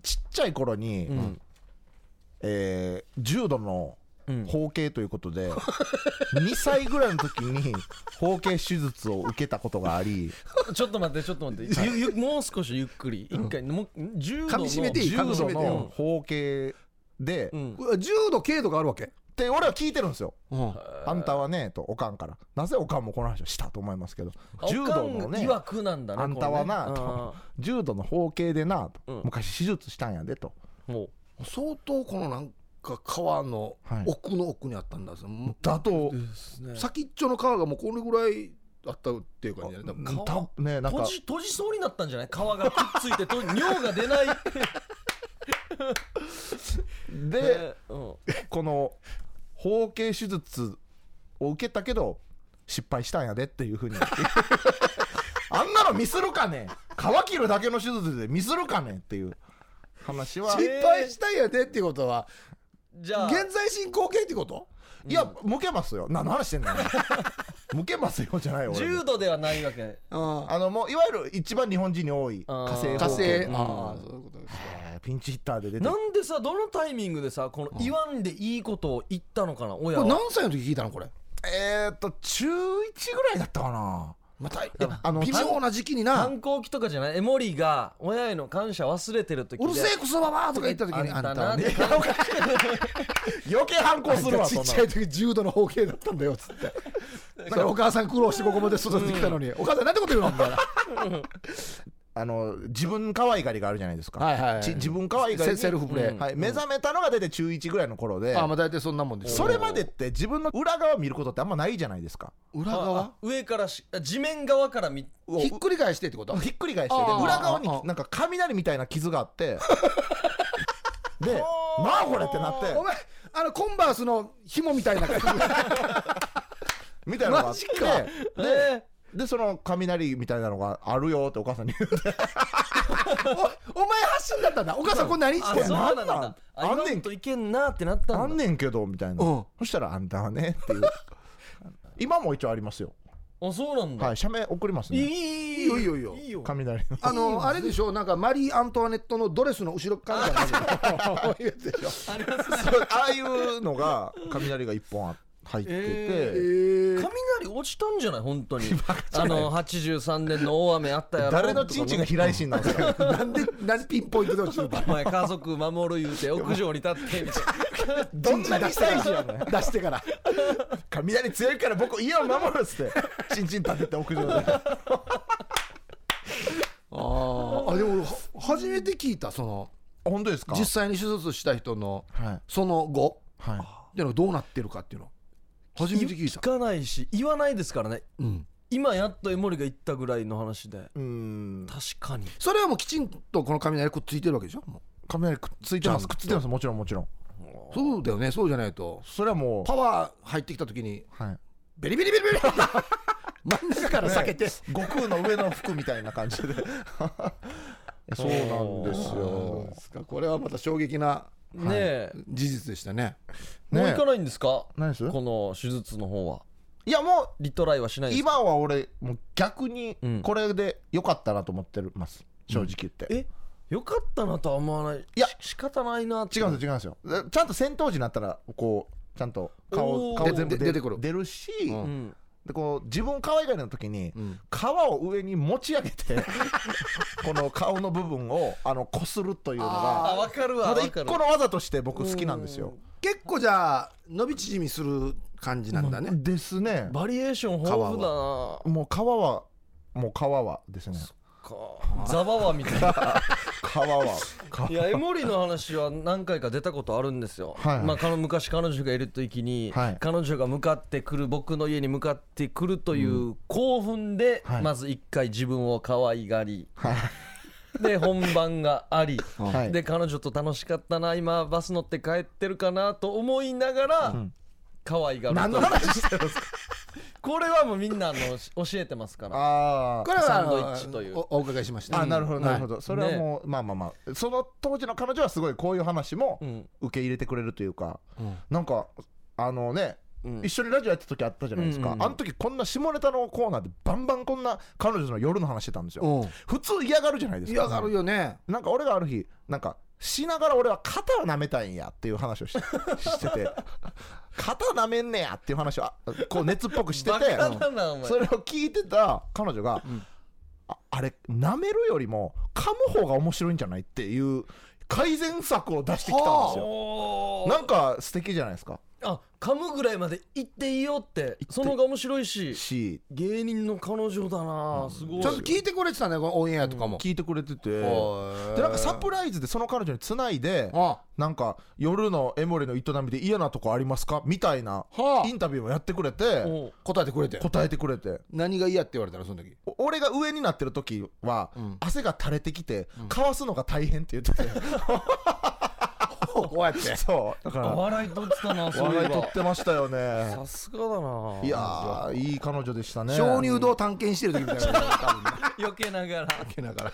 Speaker 3: ちっちゃい頃に、
Speaker 1: うん
Speaker 3: えー重度の
Speaker 1: うん
Speaker 3: 包茎ということで、2歳ぐらいの時に包茎手術を受けたことがあり
Speaker 1: ちょっと待ってちょっと待って、 <laughs> ゆゆもう少しゆっくり一回もう10度
Speaker 2: 噛み締めていい
Speaker 3: 重
Speaker 2: 噛み締
Speaker 3: 度
Speaker 2: めてよ
Speaker 3: の包茎で、
Speaker 1: う
Speaker 3: っ
Speaker 1: ん、
Speaker 2: うわ重度軽度があるわけ
Speaker 3: て俺は聞いてるんですよ
Speaker 2: うん
Speaker 3: あんたはねとおかんからなぜおかんもこの話をしたと思いますけど
Speaker 1: 柔道
Speaker 3: 柔道
Speaker 1: の
Speaker 3: の
Speaker 1: ね
Speaker 3: ね
Speaker 1: 曰くなんだね
Speaker 3: あんたはな
Speaker 1: こ
Speaker 3: と柔道の包茎でなと、
Speaker 1: うん
Speaker 3: 昔手術したんやでと
Speaker 1: れねうんも
Speaker 2: 相当このなんか川の
Speaker 3: はい
Speaker 2: 奥の奥にあったんだぞ、も
Speaker 3: だと
Speaker 1: うですね
Speaker 2: う先っちょの川がもうこれぐらいあったっていう感じだね多分
Speaker 1: 顔
Speaker 3: たねなん
Speaker 1: 閉
Speaker 3: か
Speaker 1: じ閉じそうになったんじゃない皮がくっついてと尿が出ない
Speaker 3: で
Speaker 1: で、うん、
Speaker 3: この包茎手術を受けたけど失敗したんやでっていうふうに <laughs> あんなのミスるかね皮切るだけの手術でミスるかねっていう話は
Speaker 2: 失敗したんやでっていうことは
Speaker 1: じゃあ
Speaker 2: 現在進行形ってこと
Speaker 3: いや向けますよな何話してんの向けますよじゃないよ俺も
Speaker 1: 柔道ではないわけ
Speaker 2: あ
Speaker 3: あのもういわゆる一番日本人に多い
Speaker 1: あー
Speaker 3: 火星
Speaker 2: あ火
Speaker 3: 方
Speaker 2: 星
Speaker 3: 向
Speaker 2: ああそういうことです
Speaker 3: えーピンチヒッターで出て
Speaker 1: なんでさどのタイミングでさこの言わんでいいことを言ったのかな親
Speaker 2: これ
Speaker 1: は
Speaker 2: 何歳の時聞いたのこれ
Speaker 3: えー、っと中1ぐらいだったかな
Speaker 2: また
Speaker 3: あの
Speaker 2: 微妙な時期にな
Speaker 1: 反抗期とかじゃないエモリが親への感謝忘れてる時
Speaker 2: う
Speaker 1: で
Speaker 2: るせえクソババアとか言った時に
Speaker 1: あん
Speaker 2: あ
Speaker 1: た
Speaker 2: んた
Speaker 1: な
Speaker 2: は
Speaker 1: って
Speaker 2: ね
Speaker 3: 余計反抗するわ
Speaker 2: ち
Speaker 3: そ
Speaker 2: っ
Speaker 3: んな
Speaker 2: ちゃい時重度の包茎だったんだよっつってそれお母さん苦労してここまで育ててきたのに、お母さんなんてこと言うのみたいな
Speaker 3: あの自分可愛がりがあるじゃないですか、
Speaker 2: はい <laughs> はいはい
Speaker 3: ち自分可愛がりに
Speaker 2: セセルフプレイ
Speaker 3: はい、目覚めたのが大体中1ぐらいの頃で、
Speaker 2: ああまあ大体そんなもんです
Speaker 3: それまでって自分の裏側見ることってあんまないじゃないですか
Speaker 2: 裏
Speaker 1: あ
Speaker 2: 側
Speaker 1: あ上からしあ地面側から見
Speaker 2: ひっくり返してってこと
Speaker 3: ひっくり返してで
Speaker 2: あー
Speaker 3: 裏側に
Speaker 2: あー <laughs>
Speaker 3: なんか雷みたいな傷があってでなあこれってなって
Speaker 2: お前あのコンバースの紐みたいな感じ
Speaker 3: みたいなのがあって
Speaker 2: マジか
Speaker 3: ででその雷みたいなのがあるよってお母さんに言うて
Speaker 2: お <laughs> お前発信だったんだお母さんこれ何してんの
Speaker 3: なんなん
Speaker 1: あ
Speaker 3: あんねん
Speaker 1: 今のといけんなってなった
Speaker 3: あ
Speaker 1: ん
Speaker 3: ん
Speaker 1: だ
Speaker 3: ねんけどみたいな、
Speaker 2: うん
Speaker 3: そしたらあんたはねっていう今も一応ありますよ
Speaker 1: あそうなんだ
Speaker 3: はい社名送ります
Speaker 1: いいいい
Speaker 2: い
Speaker 3: ね
Speaker 2: いよいいよ
Speaker 1: いいよ
Speaker 3: 雷の
Speaker 2: あのあれでしょなんかマリー・アントワネットのドレスの後ろっからじゃないいうやつでしょ
Speaker 3: そうああいうのが雷が一本あ入ってて、
Speaker 1: 雷落ちたんじゃない本当に
Speaker 3: <laughs>
Speaker 1: あの83年の大雨あったやろ
Speaker 3: 誰のチンチンが平井 <laughs> 心なんですか
Speaker 2: なんでなんでピンポイントで落ちるんだ
Speaker 1: お前家族守る言うて屋上に立ってみた
Speaker 3: <laughs>
Speaker 1: い
Speaker 3: どんなに被災地やねん
Speaker 2: 出してから
Speaker 3: 雷強いから僕家を守るっつってチンチン立てて屋上で
Speaker 2: ああでもは初めて聞いたその
Speaker 3: 本当ですか
Speaker 2: 実際に手術した人の
Speaker 3: はい
Speaker 2: その後
Speaker 3: は
Speaker 2: っていうのがどうなってるかっていうの初
Speaker 1: な
Speaker 2: めて聞い
Speaker 1: 聞
Speaker 2: た、
Speaker 1: かないし言わないですからね
Speaker 2: うん、
Speaker 1: 今やっと江森が言ったぐらいの話で
Speaker 3: いうん
Speaker 1: 確かに
Speaker 2: それはもうきちんとこの雷くっついてるわけでしょも
Speaker 3: 雷くっついて
Speaker 2: ち
Speaker 3: ま
Speaker 2: ゃん
Speaker 3: す
Speaker 2: と
Speaker 3: くっついてますもちろんもちろん
Speaker 2: うそうだよねそうじゃないと
Speaker 3: それはも
Speaker 2: パワー入ってきた時に
Speaker 3: う、はい、
Speaker 2: ベリベリベリベ <laughs> リ真ん中から避けて、
Speaker 3: 悟空の上の服みたいな感じで <laughs> そうなんです
Speaker 2: そう
Speaker 3: よ
Speaker 2: ですかこれはまた衝撃な
Speaker 1: ねえ
Speaker 2: 事実でしたね
Speaker 3: ね
Speaker 1: もう行かないんですか
Speaker 3: 何です
Speaker 1: この手術の方はい
Speaker 3: やも
Speaker 1: リトライはしな
Speaker 3: う
Speaker 1: いですか
Speaker 3: 今は俺もう逆に
Speaker 1: うん
Speaker 3: これで良かったなと思ってます、正直言って、
Speaker 1: えよかったなとは思わない
Speaker 3: いや
Speaker 1: し仕方ないなって
Speaker 3: 違うんですよ違うんですよえちゃんと戦闘時になったらこうちゃんと
Speaker 1: お
Speaker 3: 顔
Speaker 1: ー
Speaker 3: 顔
Speaker 1: で
Speaker 3: 全部
Speaker 2: で出てくる
Speaker 3: 出るし、
Speaker 2: うん
Speaker 1: うん
Speaker 3: でこう自分可愛がりの時に、
Speaker 2: うん
Speaker 3: 皮を上に持ち上げて
Speaker 2: <laughs>
Speaker 3: この顔の部分をあのこするというの
Speaker 1: あ
Speaker 3: が
Speaker 1: 分かるわ
Speaker 3: また
Speaker 1: 分
Speaker 3: 一
Speaker 1: かる
Speaker 3: 個の技として僕好きなんですよ。
Speaker 2: 結構じゃあ伸び縮みする感じなんだね、
Speaker 3: ですね。
Speaker 1: バリエーション豊富だな
Speaker 3: もう皮はもう皮はですね。
Speaker 1: かザバワみたいな
Speaker 3: 皮は。
Speaker 1: いや江森の話は何回か出たことあるんですよ、
Speaker 3: はい
Speaker 1: まあ、彼昔彼女がいる時に、
Speaker 3: はい
Speaker 1: 彼女が向かってくる僕の家に向かってくるという興奮で、
Speaker 3: はい
Speaker 1: まず一回自分を可愛がり
Speaker 3: はい
Speaker 1: で本番があり、
Speaker 3: <laughs> はい
Speaker 1: で彼女と楽しかったな今バス乗って帰ってるかなと思いながら、
Speaker 3: ん
Speaker 1: 可愛がる
Speaker 3: 何の話し
Speaker 2: <laughs>
Speaker 3: てるんですか。
Speaker 1: これはもうみんなあのし教えてますから
Speaker 3: あ
Speaker 2: これは
Speaker 1: サ
Speaker 2: あの
Speaker 1: ンドイッチという
Speaker 2: おお伺いしまし
Speaker 3: あ。
Speaker 2: た
Speaker 3: あなるほど
Speaker 2: うん
Speaker 3: なるほど。それはもうまあまあまあその当時の彼女はすごいこういう話も
Speaker 1: うん
Speaker 3: 受け入れてくれるというか
Speaker 2: うん
Speaker 3: なんかあのね
Speaker 1: うん
Speaker 3: 一緒にラジオやってた時あったじゃないです
Speaker 1: うん
Speaker 3: か、
Speaker 1: うんうん
Speaker 3: あの時こんな下ネタのコーナーでバンバンこんな彼女の夜の話してたんですよ、
Speaker 2: うん
Speaker 3: 普通嫌がるじゃないですか
Speaker 2: 嫌がるよね
Speaker 3: なんか俺がある日なんかしながら俺は肩を舐めたいんやっていう
Speaker 1: <laughs>
Speaker 3: 話をししてて肩舐めんねやっていう話をあこう熱っぽくしてて
Speaker 1: バカだなお前
Speaker 3: それを聞いてた彼女が、ああれ舐めるよりも噛む方が面白いんじゃないっていう改善策を出してきたんですよ
Speaker 1: おー
Speaker 3: なんか素敵じゃないですか
Speaker 1: あ噛むぐらいまで行っていいよってその方が面白いし
Speaker 3: し
Speaker 1: 芸人の彼女だな、すごい
Speaker 2: ちゃんと聞いてくれてたねこのオンエアとかも、
Speaker 3: 聞いてくれてて
Speaker 2: う
Speaker 3: でなんかサプライズでその彼女につないで
Speaker 2: あ
Speaker 3: なんか夜のエモリの営みで嫌なとこありますかみたいな
Speaker 2: はあ
Speaker 3: インタビューをやってくれて
Speaker 1: おう
Speaker 2: 答えてくれて
Speaker 3: 答えてくれて
Speaker 2: 何が嫌って言われたのその時
Speaker 3: お俺が上になってる時は
Speaker 2: うん
Speaker 3: 汗が垂れてきてかわすのが大変って言ってて
Speaker 2: こうやって
Speaker 3: そうだか
Speaker 1: あ
Speaker 3: ら
Speaker 1: 笑い取ってたなそうい
Speaker 3: 笑
Speaker 1: え
Speaker 3: い取っ
Speaker 1: ば
Speaker 3: てましたよね
Speaker 1: さすがだない
Speaker 3: やーいい彼女でしたね
Speaker 2: 鍾乳洞探検してる時みたいな多分ね
Speaker 1: 避けながら
Speaker 2: けな <laughs> がら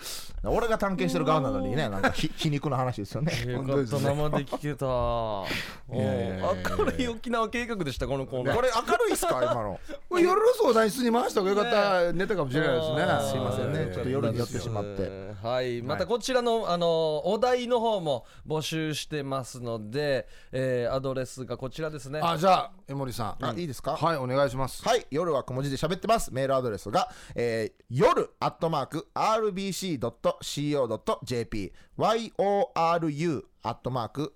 Speaker 3: 俺が探検してる側なのにねなんかひ皮肉な話ですよね
Speaker 1: よかった生で聞けたおう
Speaker 2: いやいやいやいや
Speaker 1: 明るい沖縄計画でしたこのコーナー
Speaker 3: これ明るいっすか今の
Speaker 2: これ夜の相談室に回した方がよかったネタかもしれないですね
Speaker 1: あー
Speaker 3: すいませんね
Speaker 1: よかたです
Speaker 3: ちょっと夜に寄ってしまって
Speaker 1: はいまたこちらのあのお題の方も募集してますので、えーアドレスがこちらですね
Speaker 2: あじゃあ江森さん
Speaker 3: あいいですか
Speaker 2: はいお願いします
Speaker 3: はい、夜は小文字で喋ってます。メールアドレスが、えー、夜アットマーク RBC.CO.JP、YORU アットマーク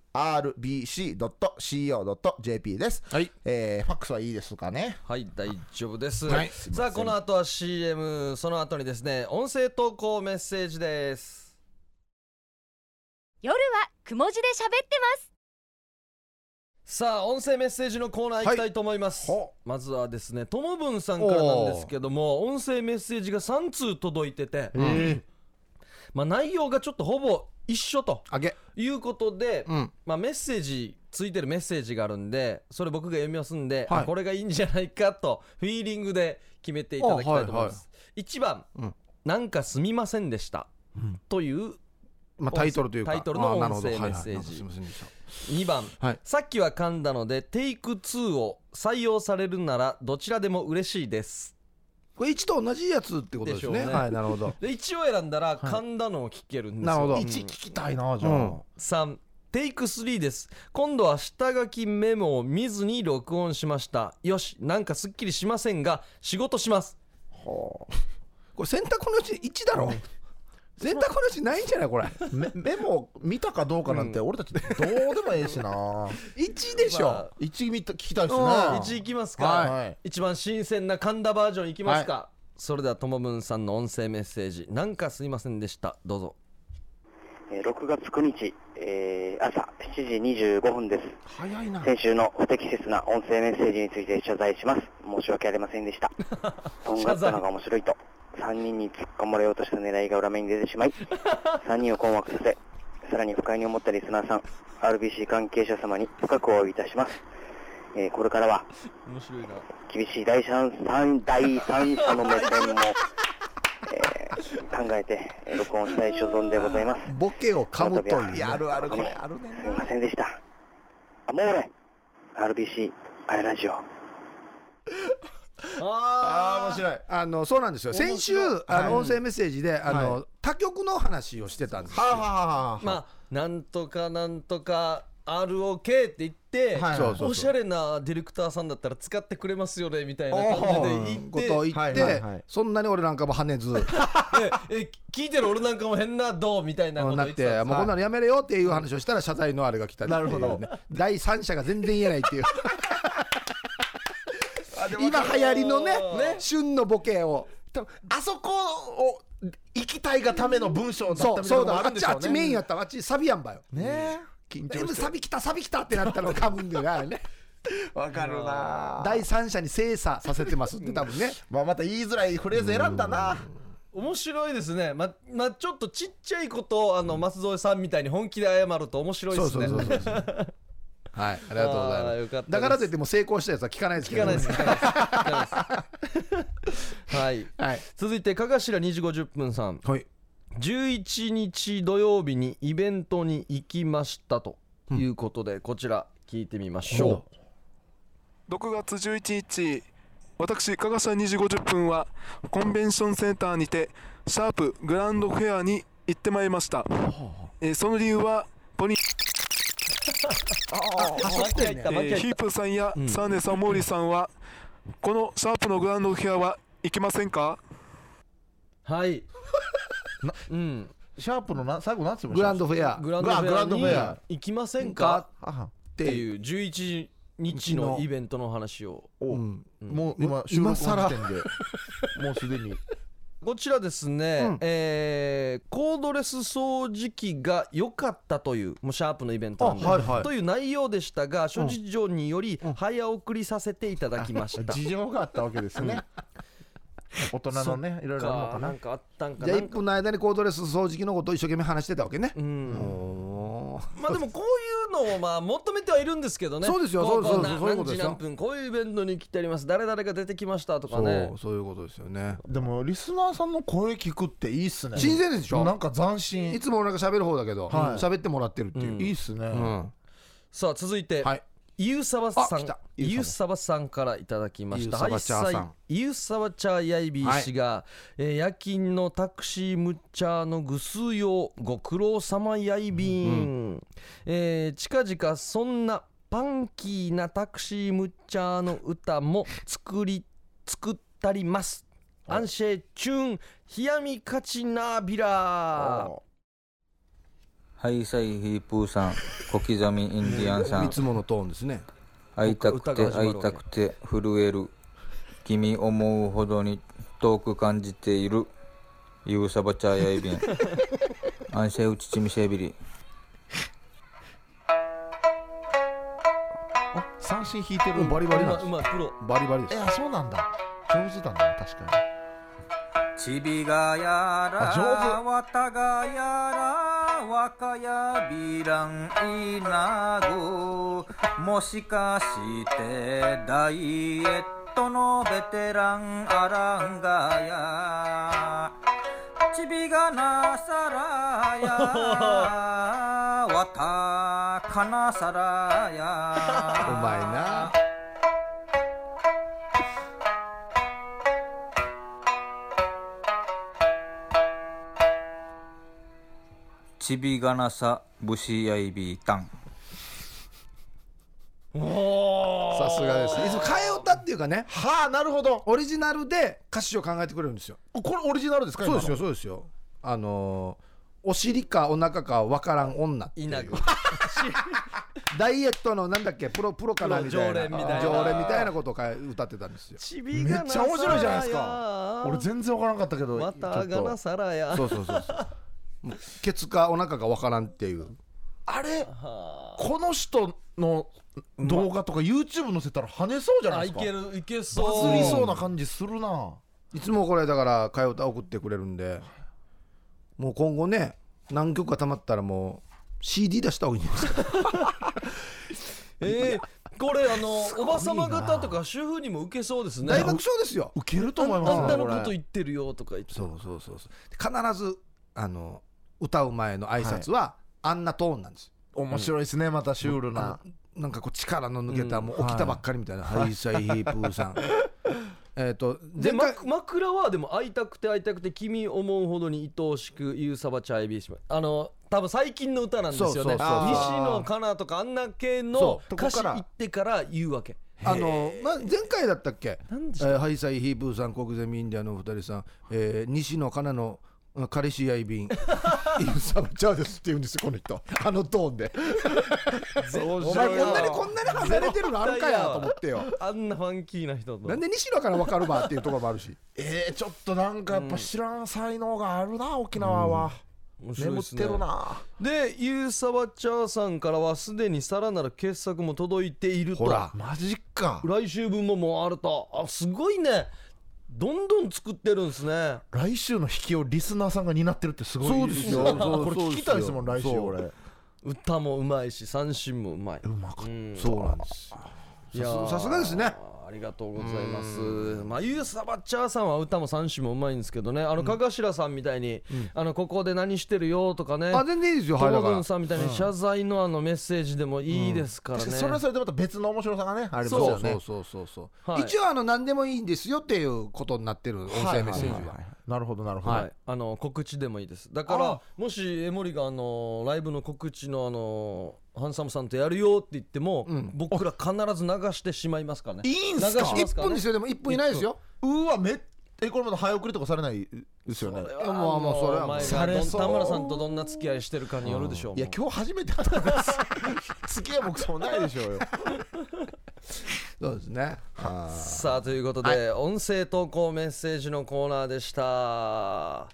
Speaker 3: RBC.CO.JP です。
Speaker 2: はい
Speaker 3: えー、ファックスはいいですかね。
Speaker 1: はい大丈夫です、
Speaker 2: はい
Speaker 1: さあこの後は CM その後にですね音声投稿メッセージです
Speaker 5: 夜はくも字で喋ってます
Speaker 1: さあ音声メッセージのコーナー行きたいと思います、
Speaker 3: はいほ
Speaker 1: まずはですねともぶんさんからなんですけども音声メッセージが3通届いてて、
Speaker 3: え
Speaker 1: まあ、内容がちょっとほぼ一緒と
Speaker 2: あげ
Speaker 1: いうことで、
Speaker 2: うん
Speaker 1: まあ、メッセージついてるメッセージがあるんでそれ僕が読みますんで、
Speaker 2: は
Speaker 1: あ
Speaker 2: い
Speaker 1: これがいいんじゃないかとフィーリングで決めていただきたいと思います、1番、
Speaker 2: うん
Speaker 1: なんかすみませんでした」という
Speaker 2: まあ、タイトルというか
Speaker 1: タイトルの
Speaker 2: あーなるほど
Speaker 1: 音声
Speaker 2: はい
Speaker 1: メッセージ
Speaker 2: はいなんかすいませんでした
Speaker 1: 2番、
Speaker 2: はい
Speaker 1: さっきは噛んだのでテイク2を採用されるならどちらでも嬉しいです
Speaker 2: これ一と同じやつってことですね
Speaker 1: でしょうね
Speaker 2: はいなるほど
Speaker 1: で1を選んだら噛んだのを聞けるんですよ、
Speaker 2: なるほど
Speaker 3: 一聞きたいなじゃあ、
Speaker 2: うん
Speaker 1: 3テイク3です今度は下書きメモを見ずに録音しましたよしなんかすっきりしませんが仕事します
Speaker 2: これ選択のうち1だろ選択のうちないんじゃないこれ
Speaker 3: メメモ見たかどうかなんて俺たちどうでもええし
Speaker 2: <laughs>
Speaker 3: な
Speaker 2: 1でし
Speaker 1: まあ
Speaker 2: ょ
Speaker 3: 一見た聞きたいですね
Speaker 2: うん
Speaker 1: 1いきますか、
Speaker 3: はい
Speaker 1: 一番新鮮な神田バージョンいきますか、それではともぶんさんの音声メッセージなんかすいませんでしたどうぞ
Speaker 6: えー6月9日、えー朝7時25分です。
Speaker 2: 早いな
Speaker 6: 先週の不適切な音声メッセージについて謝罪します。申し訳ありませんでした。とんがったのが面白いと、3人に突っ込まれようとした狙いが裏目に出てしまい、3人を困惑させ、さらに不快に思ったリスナーさん、RBC 関係者様に深くお詫びいたします。えーこれからは
Speaker 1: 面白いな
Speaker 6: 厳しい第三三第三者の目線も、えー考えてえー録音したい所存でございます。
Speaker 2: ボケを噛むという
Speaker 6: い
Speaker 2: ね
Speaker 6: やあるあるこれあ
Speaker 2: るね
Speaker 6: すみませんでした。あ、もう俺、RBC、あれラジオ。
Speaker 1: あ
Speaker 3: ああ面白い
Speaker 2: あのそうなんですよ先週
Speaker 3: 面白い
Speaker 2: あ
Speaker 3: はい
Speaker 2: の音声メッセージであ
Speaker 3: は
Speaker 2: の他局の話をしてたんですよ
Speaker 3: はあ、はあはあは
Speaker 1: ーまあなんとかなんとか ROK って言って、
Speaker 3: はい
Speaker 2: そうそうそう
Speaker 1: おしゃれなディレクターさんだったら使ってくれますよねみたいな感じで言って
Speaker 2: ことを言
Speaker 3: は
Speaker 2: っ
Speaker 3: いはいはい
Speaker 2: てそんなに俺なんかも跳ねず
Speaker 1: ええ聞いてる俺なんかも変などうみたいなこと
Speaker 2: な
Speaker 1: 言
Speaker 2: っ
Speaker 1: ってたんで
Speaker 2: て
Speaker 1: す
Speaker 2: もうこんなのやめれよっていう話をしたら謝罪のあれが来たっていうね
Speaker 3: なるほど
Speaker 2: 第三者が全然言えないっていう
Speaker 3: <laughs> あでも
Speaker 2: 今流行りのね
Speaker 1: ね
Speaker 2: 旬のボケを
Speaker 3: 多分あそこを行きたいがための文章だったみ
Speaker 2: そ
Speaker 3: た
Speaker 2: うそ
Speaker 3: いな
Speaker 2: う
Speaker 3: のも
Speaker 2: だ
Speaker 3: あ
Speaker 2: あ
Speaker 3: る
Speaker 2: っ
Speaker 3: んで
Speaker 2: ち
Speaker 3: しょう
Speaker 2: あ
Speaker 3: ね
Speaker 2: っちメインやったわあっちサビやんばよ
Speaker 3: ねえ緊
Speaker 2: 全
Speaker 3: 張
Speaker 2: 部
Speaker 3: して
Speaker 2: サビきたサビきたってなったの噛むんだよねあれね
Speaker 3: <laughs> わかるなあ
Speaker 2: 第三者に精査させてます
Speaker 3: <laughs>
Speaker 2: って多分ね
Speaker 3: まあまた言いづらいフレーズ選んだな
Speaker 1: 面白いですねままちょっとちっちゃいことをあの舛添さんみたいに本気で謝ると面白いです
Speaker 2: そ
Speaker 1: ね
Speaker 2: うそうそうそうそうはいありがとうござい
Speaker 1: あ
Speaker 2: ま
Speaker 1: ー
Speaker 2: す
Speaker 1: よかったです
Speaker 2: だからといってもう成功したやつは聞かないですけ
Speaker 1: 聞
Speaker 2: ど
Speaker 1: かない
Speaker 3: <laughs>
Speaker 1: です聞かないです聞かないですはい
Speaker 2: はい
Speaker 1: 続いてかがしら2時50分さん
Speaker 2: はい
Speaker 1: 11日土曜日にイベントに行きましたということで、こちら聞いてみましょう
Speaker 7: 6月11日私加賀社2時50分はコンベンションセンターにてシャープグランドフェアに行ってまいりました、えーその理由はポニー、
Speaker 1: あ巻き入った巻き
Speaker 7: えー
Speaker 1: 入
Speaker 7: ヒ
Speaker 1: っ
Speaker 7: ープさんや
Speaker 1: ん
Speaker 7: サーネさんモーリーさんはこのシャープのグランドフェアは行きませんか
Speaker 1: たはいうん
Speaker 3: シャープのな最後なんつうの
Speaker 2: グランドフェア
Speaker 1: グランドフ
Speaker 3: あグランドフ
Speaker 1: ェ
Speaker 3: ェ
Speaker 1: アに
Speaker 3: ア
Speaker 1: 行きませんか
Speaker 3: あはん
Speaker 1: っていう11日のイベントの話を
Speaker 3: お
Speaker 2: うん
Speaker 3: もう今
Speaker 2: う
Speaker 3: 収録の時
Speaker 2: 今更
Speaker 3: 点でもう
Speaker 2: <laughs>
Speaker 3: すでに
Speaker 1: こちらですね、
Speaker 2: うん
Speaker 1: えーコードレス掃除機が良かったというもうシャープのイベントなんで、
Speaker 3: あはいはい
Speaker 1: という内容でしたが諸事情により早送りさせていただきま
Speaker 2: <laughs>
Speaker 1: した、
Speaker 3: 事情があったわけですね大人のねいろいろ
Speaker 1: か
Speaker 3: あるの
Speaker 1: な
Speaker 3: か
Speaker 1: んかあったんか
Speaker 2: じゃあ
Speaker 1: な
Speaker 2: 1分の間にコードレス掃除機のことを一生懸命話してたわけね
Speaker 1: う、ん、
Speaker 2: おー
Speaker 1: まあでもこういうのをまあ求めてはいるんですけどね
Speaker 2: そうですよ
Speaker 1: ここ
Speaker 2: そうです
Speaker 1: な
Speaker 2: そういうこ
Speaker 1: 何
Speaker 2: と
Speaker 1: 時
Speaker 2: ですよ
Speaker 1: 何分こういうイベントに来てあります誰々が出てきましたとか
Speaker 2: そう
Speaker 1: ね
Speaker 2: そういうことですよね
Speaker 3: なでもリスナーさんの声聞くっていいっすね
Speaker 2: 新鮮でしょ
Speaker 3: なんか斬
Speaker 2: い
Speaker 3: 新
Speaker 2: つも俺なんか喋る方だけど
Speaker 3: はい
Speaker 2: 喋、ってもらってるっていう、
Speaker 1: うん
Speaker 3: いいっすね
Speaker 2: うん
Speaker 1: さあ続いて、
Speaker 2: はい
Speaker 1: ゆうさばさ
Speaker 2: あ
Speaker 1: ん
Speaker 2: 来た
Speaker 1: ゆうさばさんからいただきました
Speaker 2: ゆうさばちゃーさん
Speaker 1: はいゆうさばちゃーやいびー氏が、えー夜勤のタクシーむっちゃーのぐすうようご苦労様やいびーん、えー近々そんなパンキーなタクシーむっちゃーの歌も作り作ったりますアンシェチューンひやみかちなびらー
Speaker 8: ハイサイヒープーさん、小刻みインディアンさ
Speaker 2: い
Speaker 8: ん、
Speaker 2: つものトーンですね
Speaker 8: 会いたく
Speaker 1: 歌が
Speaker 8: て
Speaker 1: 始まる
Speaker 8: 会
Speaker 1: わ
Speaker 8: い
Speaker 1: け
Speaker 8: たくて震える、君思うほどに遠く感じている、ユーサバチャーヤイビン、アンシェウチチミシェビリ。
Speaker 3: あ三振弾いてる
Speaker 2: うんバリバリなんで
Speaker 1: う
Speaker 2: す
Speaker 1: まうまいプロ
Speaker 2: バリバリで
Speaker 3: い
Speaker 2: す
Speaker 3: やそうなんだ上手だな確かに
Speaker 8: 「ちびがや
Speaker 3: あ
Speaker 8: らわたがやらわかやびらんいなごもしかしてダイエットのベテランアランガヤちびがなさらやわたかなさらや
Speaker 2: うまいな
Speaker 8: ちびがなさぶしやいびたん
Speaker 1: お
Speaker 2: さすがですいつも替え歌っていうかね
Speaker 3: はあなるほど
Speaker 2: オリジナルで歌詞を考えてくれるんですよ
Speaker 3: これオリジナルですか
Speaker 2: そうです
Speaker 3: よ
Speaker 2: よそうですよあのーお尻かお腹かわからん女ってい
Speaker 1: いうなく
Speaker 2: <laughs> ダイエットのなんだっけプロプロかなみたい
Speaker 1: プロ
Speaker 2: な
Speaker 1: 常連みたいな
Speaker 2: 常連みたいなことをか歌ってたんですよ
Speaker 1: ちびがな
Speaker 3: めっちゃ面白いじゃないですか俺
Speaker 1: 俺
Speaker 3: 全然わからなかったけど
Speaker 1: またがなさらや
Speaker 2: そうそうそうそうもうケツかお腹かわからんっていう
Speaker 3: あれこの人の動画とか YouTube 載せたら跳ねそうじゃない
Speaker 1: あ
Speaker 3: で
Speaker 1: い
Speaker 3: すか
Speaker 1: け
Speaker 3: バ
Speaker 1: るいけそう
Speaker 3: ズりそうな感じするない
Speaker 2: つもこれだから替え歌送ってくれるんでもう今後ね何曲かたまったらもう CD 出した方がいいんじゃない
Speaker 3: <laughs>
Speaker 2: ですか
Speaker 1: えーこれあのおばさま方とか主婦にも受けそうですね
Speaker 2: 大爆笑ですよ
Speaker 3: ウケると思います
Speaker 1: あん
Speaker 3: よ
Speaker 1: たの
Speaker 3: これ
Speaker 1: こと言ってるよとか言って
Speaker 2: そうそうそうそう必ずあの歌う前の挨拶は、あんなトーンなんですよ
Speaker 3: 面白いですねまたシュールな
Speaker 2: なんかこう力の抜けた、
Speaker 1: うん
Speaker 2: もう起きたばっかりみたいな「はいさいヒープー
Speaker 3: <laughs>
Speaker 2: さん」えっと
Speaker 1: で
Speaker 2: 前回
Speaker 1: ま枕はでも会いたくて会いたくて君思うほどに愛おしく言うさばチャイビーシマあの多分最近の歌なんですよね
Speaker 2: そうそうそう
Speaker 3: そう
Speaker 1: 西野カナとかあんな系の
Speaker 2: そう
Speaker 1: 歌詞
Speaker 2: とこから
Speaker 1: 行ってから言うわけ
Speaker 2: あの、まあ、前回だったっけ
Speaker 1: なんでし
Speaker 2: え
Speaker 1: た
Speaker 2: ーハイサイヒープーさん国ゼミインディアのお二人さん、えー西野カナのうん彼氏やいびん <laughs> インサブチャーですって言うんですよこの人あのトーンでお前こんなにこんなに外れてるのあるかやと思ってよ
Speaker 1: あんなファンキーな人と
Speaker 2: なんで西野から分かるばっていうところもあるし
Speaker 3: えー、ちょっとなんかやっぱ知らん才能があるな沖縄は、
Speaker 1: 面白い
Speaker 3: 眠
Speaker 1: で
Speaker 3: っ
Speaker 1: す
Speaker 3: て
Speaker 1: ね
Speaker 3: るな
Speaker 1: でゆうさばちゃーさんからはすでにさらなる傑作も届いていると
Speaker 2: ほら
Speaker 3: マジか
Speaker 1: 来週分ももうあるとあすごいねどんどん作ってるんですね
Speaker 3: 来週の引きをリスナーさんが担ってるってすごい
Speaker 2: そうですよそう
Speaker 3: これ聞きたいですもん来週
Speaker 2: そう
Speaker 3: 俺う
Speaker 1: 歌もうまいし三振もうまい
Speaker 3: まかっ
Speaker 1: うん
Speaker 2: そうなんですよ
Speaker 1: いやー
Speaker 2: さすがですね
Speaker 1: ありがとうございますまあユースサバッチャーさんは歌も三種もうまいんですけどねあのかがしらさんみたいに、あのここで何してるよとかね
Speaker 2: あ全然いいですよ
Speaker 1: ト
Speaker 2: はい
Speaker 1: ロ
Speaker 2: だ
Speaker 1: グ
Speaker 2: か
Speaker 1: ンさんみたいに謝罪のあのメッセージでもいいですかららね、
Speaker 3: それはそれでまた別の面白さがねあります
Speaker 2: そ
Speaker 3: よ
Speaker 2: う
Speaker 3: ね
Speaker 2: そうそうそうそう、
Speaker 1: はい
Speaker 2: 一応あの何でもいいんですよっていうことになってる音
Speaker 3: は
Speaker 2: 声
Speaker 3: い
Speaker 2: メッセージは,、
Speaker 3: はいはいなるほどなるほど、
Speaker 1: はい、あの告知でもいいですだからもし江森があのライブの告知のあのハンサムさんとやるよって言っても、僕ら必ず流してしまいますからね
Speaker 3: いいんすか
Speaker 1: 流します
Speaker 2: 1
Speaker 1: から
Speaker 2: 分
Speaker 1: ね
Speaker 2: ですよでも1分いないですよ
Speaker 3: うわめっえこれまだ早送りとかされないですよね
Speaker 2: いやもうもうそれはもう
Speaker 1: 前がどん田村さんとどんな付き合いしてるかによるでしょう
Speaker 3: いや
Speaker 1: もう
Speaker 3: 今日初めて会ったんです <laughs> 付き合いもくそもないでしょうよ <laughs>
Speaker 2: そうですね
Speaker 1: さあということで、音声投稿メッセージのコーナーでした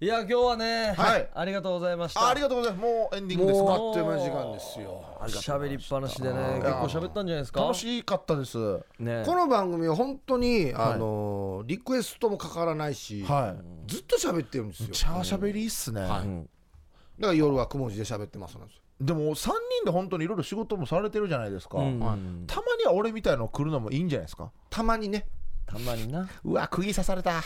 Speaker 1: いや今日はね、
Speaker 3: はい
Speaker 1: ありがとうございました
Speaker 3: あありがとうございますもうエンディングですか
Speaker 2: もうあっという間に時間ですよ
Speaker 1: 喋りっぱなしでね結構喋ったんじゃないですか
Speaker 3: 楽しかったですは
Speaker 1: ね
Speaker 2: この番組は本当に、あのリクエストもかからないし、
Speaker 3: い
Speaker 2: ずっと喋ってるんですよ
Speaker 3: めっちゃ喋りいいっすね、
Speaker 2: だから夜はくも字で喋ってますなんですよ
Speaker 3: でも3人で本当にいろいろ仕事もされてるじゃないですか、
Speaker 1: うん
Speaker 3: はいたまには俺みたいの来るのもいいんじゃないですか
Speaker 2: たまにね
Speaker 1: たまにな
Speaker 3: うわ釘刺され <laughs> た、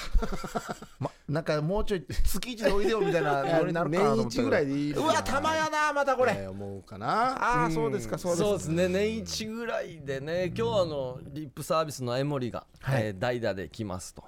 Speaker 3: ま、なんかもうちょい月一でおいでよみた <laughs> いなノリになるかなと思
Speaker 2: 年一
Speaker 3: ったけど
Speaker 2: ぐらいでいいう
Speaker 3: わ玉やなまたこれ、
Speaker 2: えー思うかな
Speaker 3: ああそうですかそうです
Speaker 1: そうですね年一ぐらいでね今日あのリップサービスのエモリが、えー代打で来ますと、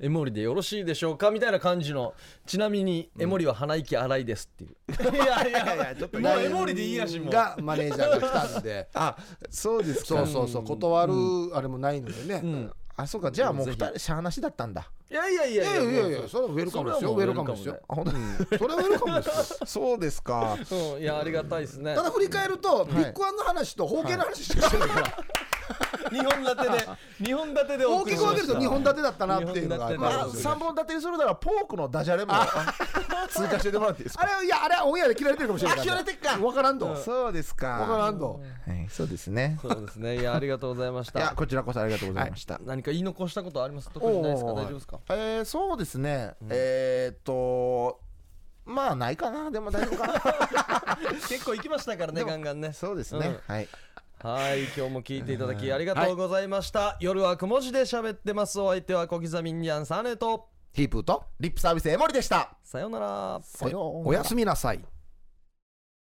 Speaker 1: エモリでよろしいでしょうかみたいな感じのちなみにエモリは鼻息荒いですっていう、いやいやいやもうエモリでいいやしもう
Speaker 2: がマネージャーが来たんで
Speaker 3: あそうです
Speaker 2: そうそうそう断るあれもないのでね、
Speaker 1: ん
Speaker 3: あそうかじゃあもう2人しゃあなしだったんだ
Speaker 1: いやいやい
Speaker 2: い
Speaker 1: や
Speaker 2: やいやいやそれはウェルカムですよウェルカムですよ
Speaker 3: あ本当に
Speaker 2: それはウェルカムですよ
Speaker 3: そうですか
Speaker 1: うん、いやありがたいですね
Speaker 2: ただ振り返ると、ビッグワンの話と方形の話しかしてるから、
Speaker 1: 2本立てで2本立てでお
Speaker 4: 大
Speaker 1: 送り
Speaker 4: き
Speaker 1: し
Speaker 4: く分
Speaker 1: ま
Speaker 4: け
Speaker 1: し
Speaker 4: る
Speaker 1: た
Speaker 4: と2本立てだったなっていうのがあ
Speaker 1: 二
Speaker 4: り
Speaker 1: 本
Speaker 4: ま
Speaker 1: 立て
Speaker 4: す
Speaker 1: だ
Speaker 3: まあ、3本立てにするならポークのダジャレも追加してもらっていいです
Speaker 4: あ
Speaker 3: か
Speaker 4: れはいやあれはオンエアで切られてるかもしれない
Speaker 3: あ切られてっか
Speaker 4: 分からんと分
Speaker 3: そうですか
Speaker 4: からんと
Speaker 3: はい、そうですね
Speaker 1: そうですねいやありがとうございまし
Speaker 3: いや
Speaker 1: た
Speaker 3: こちらこそありがとうございました、
Speaker 1: 何か言い残したことあります特にないですか
Speaker 3: おー
Speaker 1: 大丈夫ですか
Speaker 3: えー、そうですね、えー、っとまあないかなでも大丈夫かな
Speaker 1: 結構行きましたからねガンガンね
Speaker 3: <laughs> そうですね、
Speaker 1: うん
Speaker 3: はい
Speaker 1: はい今日も聞いていただきありがとうございました、夜はくも字で喋ってますお相手は小刻みインディアンサネと
Speaker 2: ヒープーと
Speaker 3: リップサービス江森でした
Speaker 1: さようなら
Speaker 2: おおやすみなさい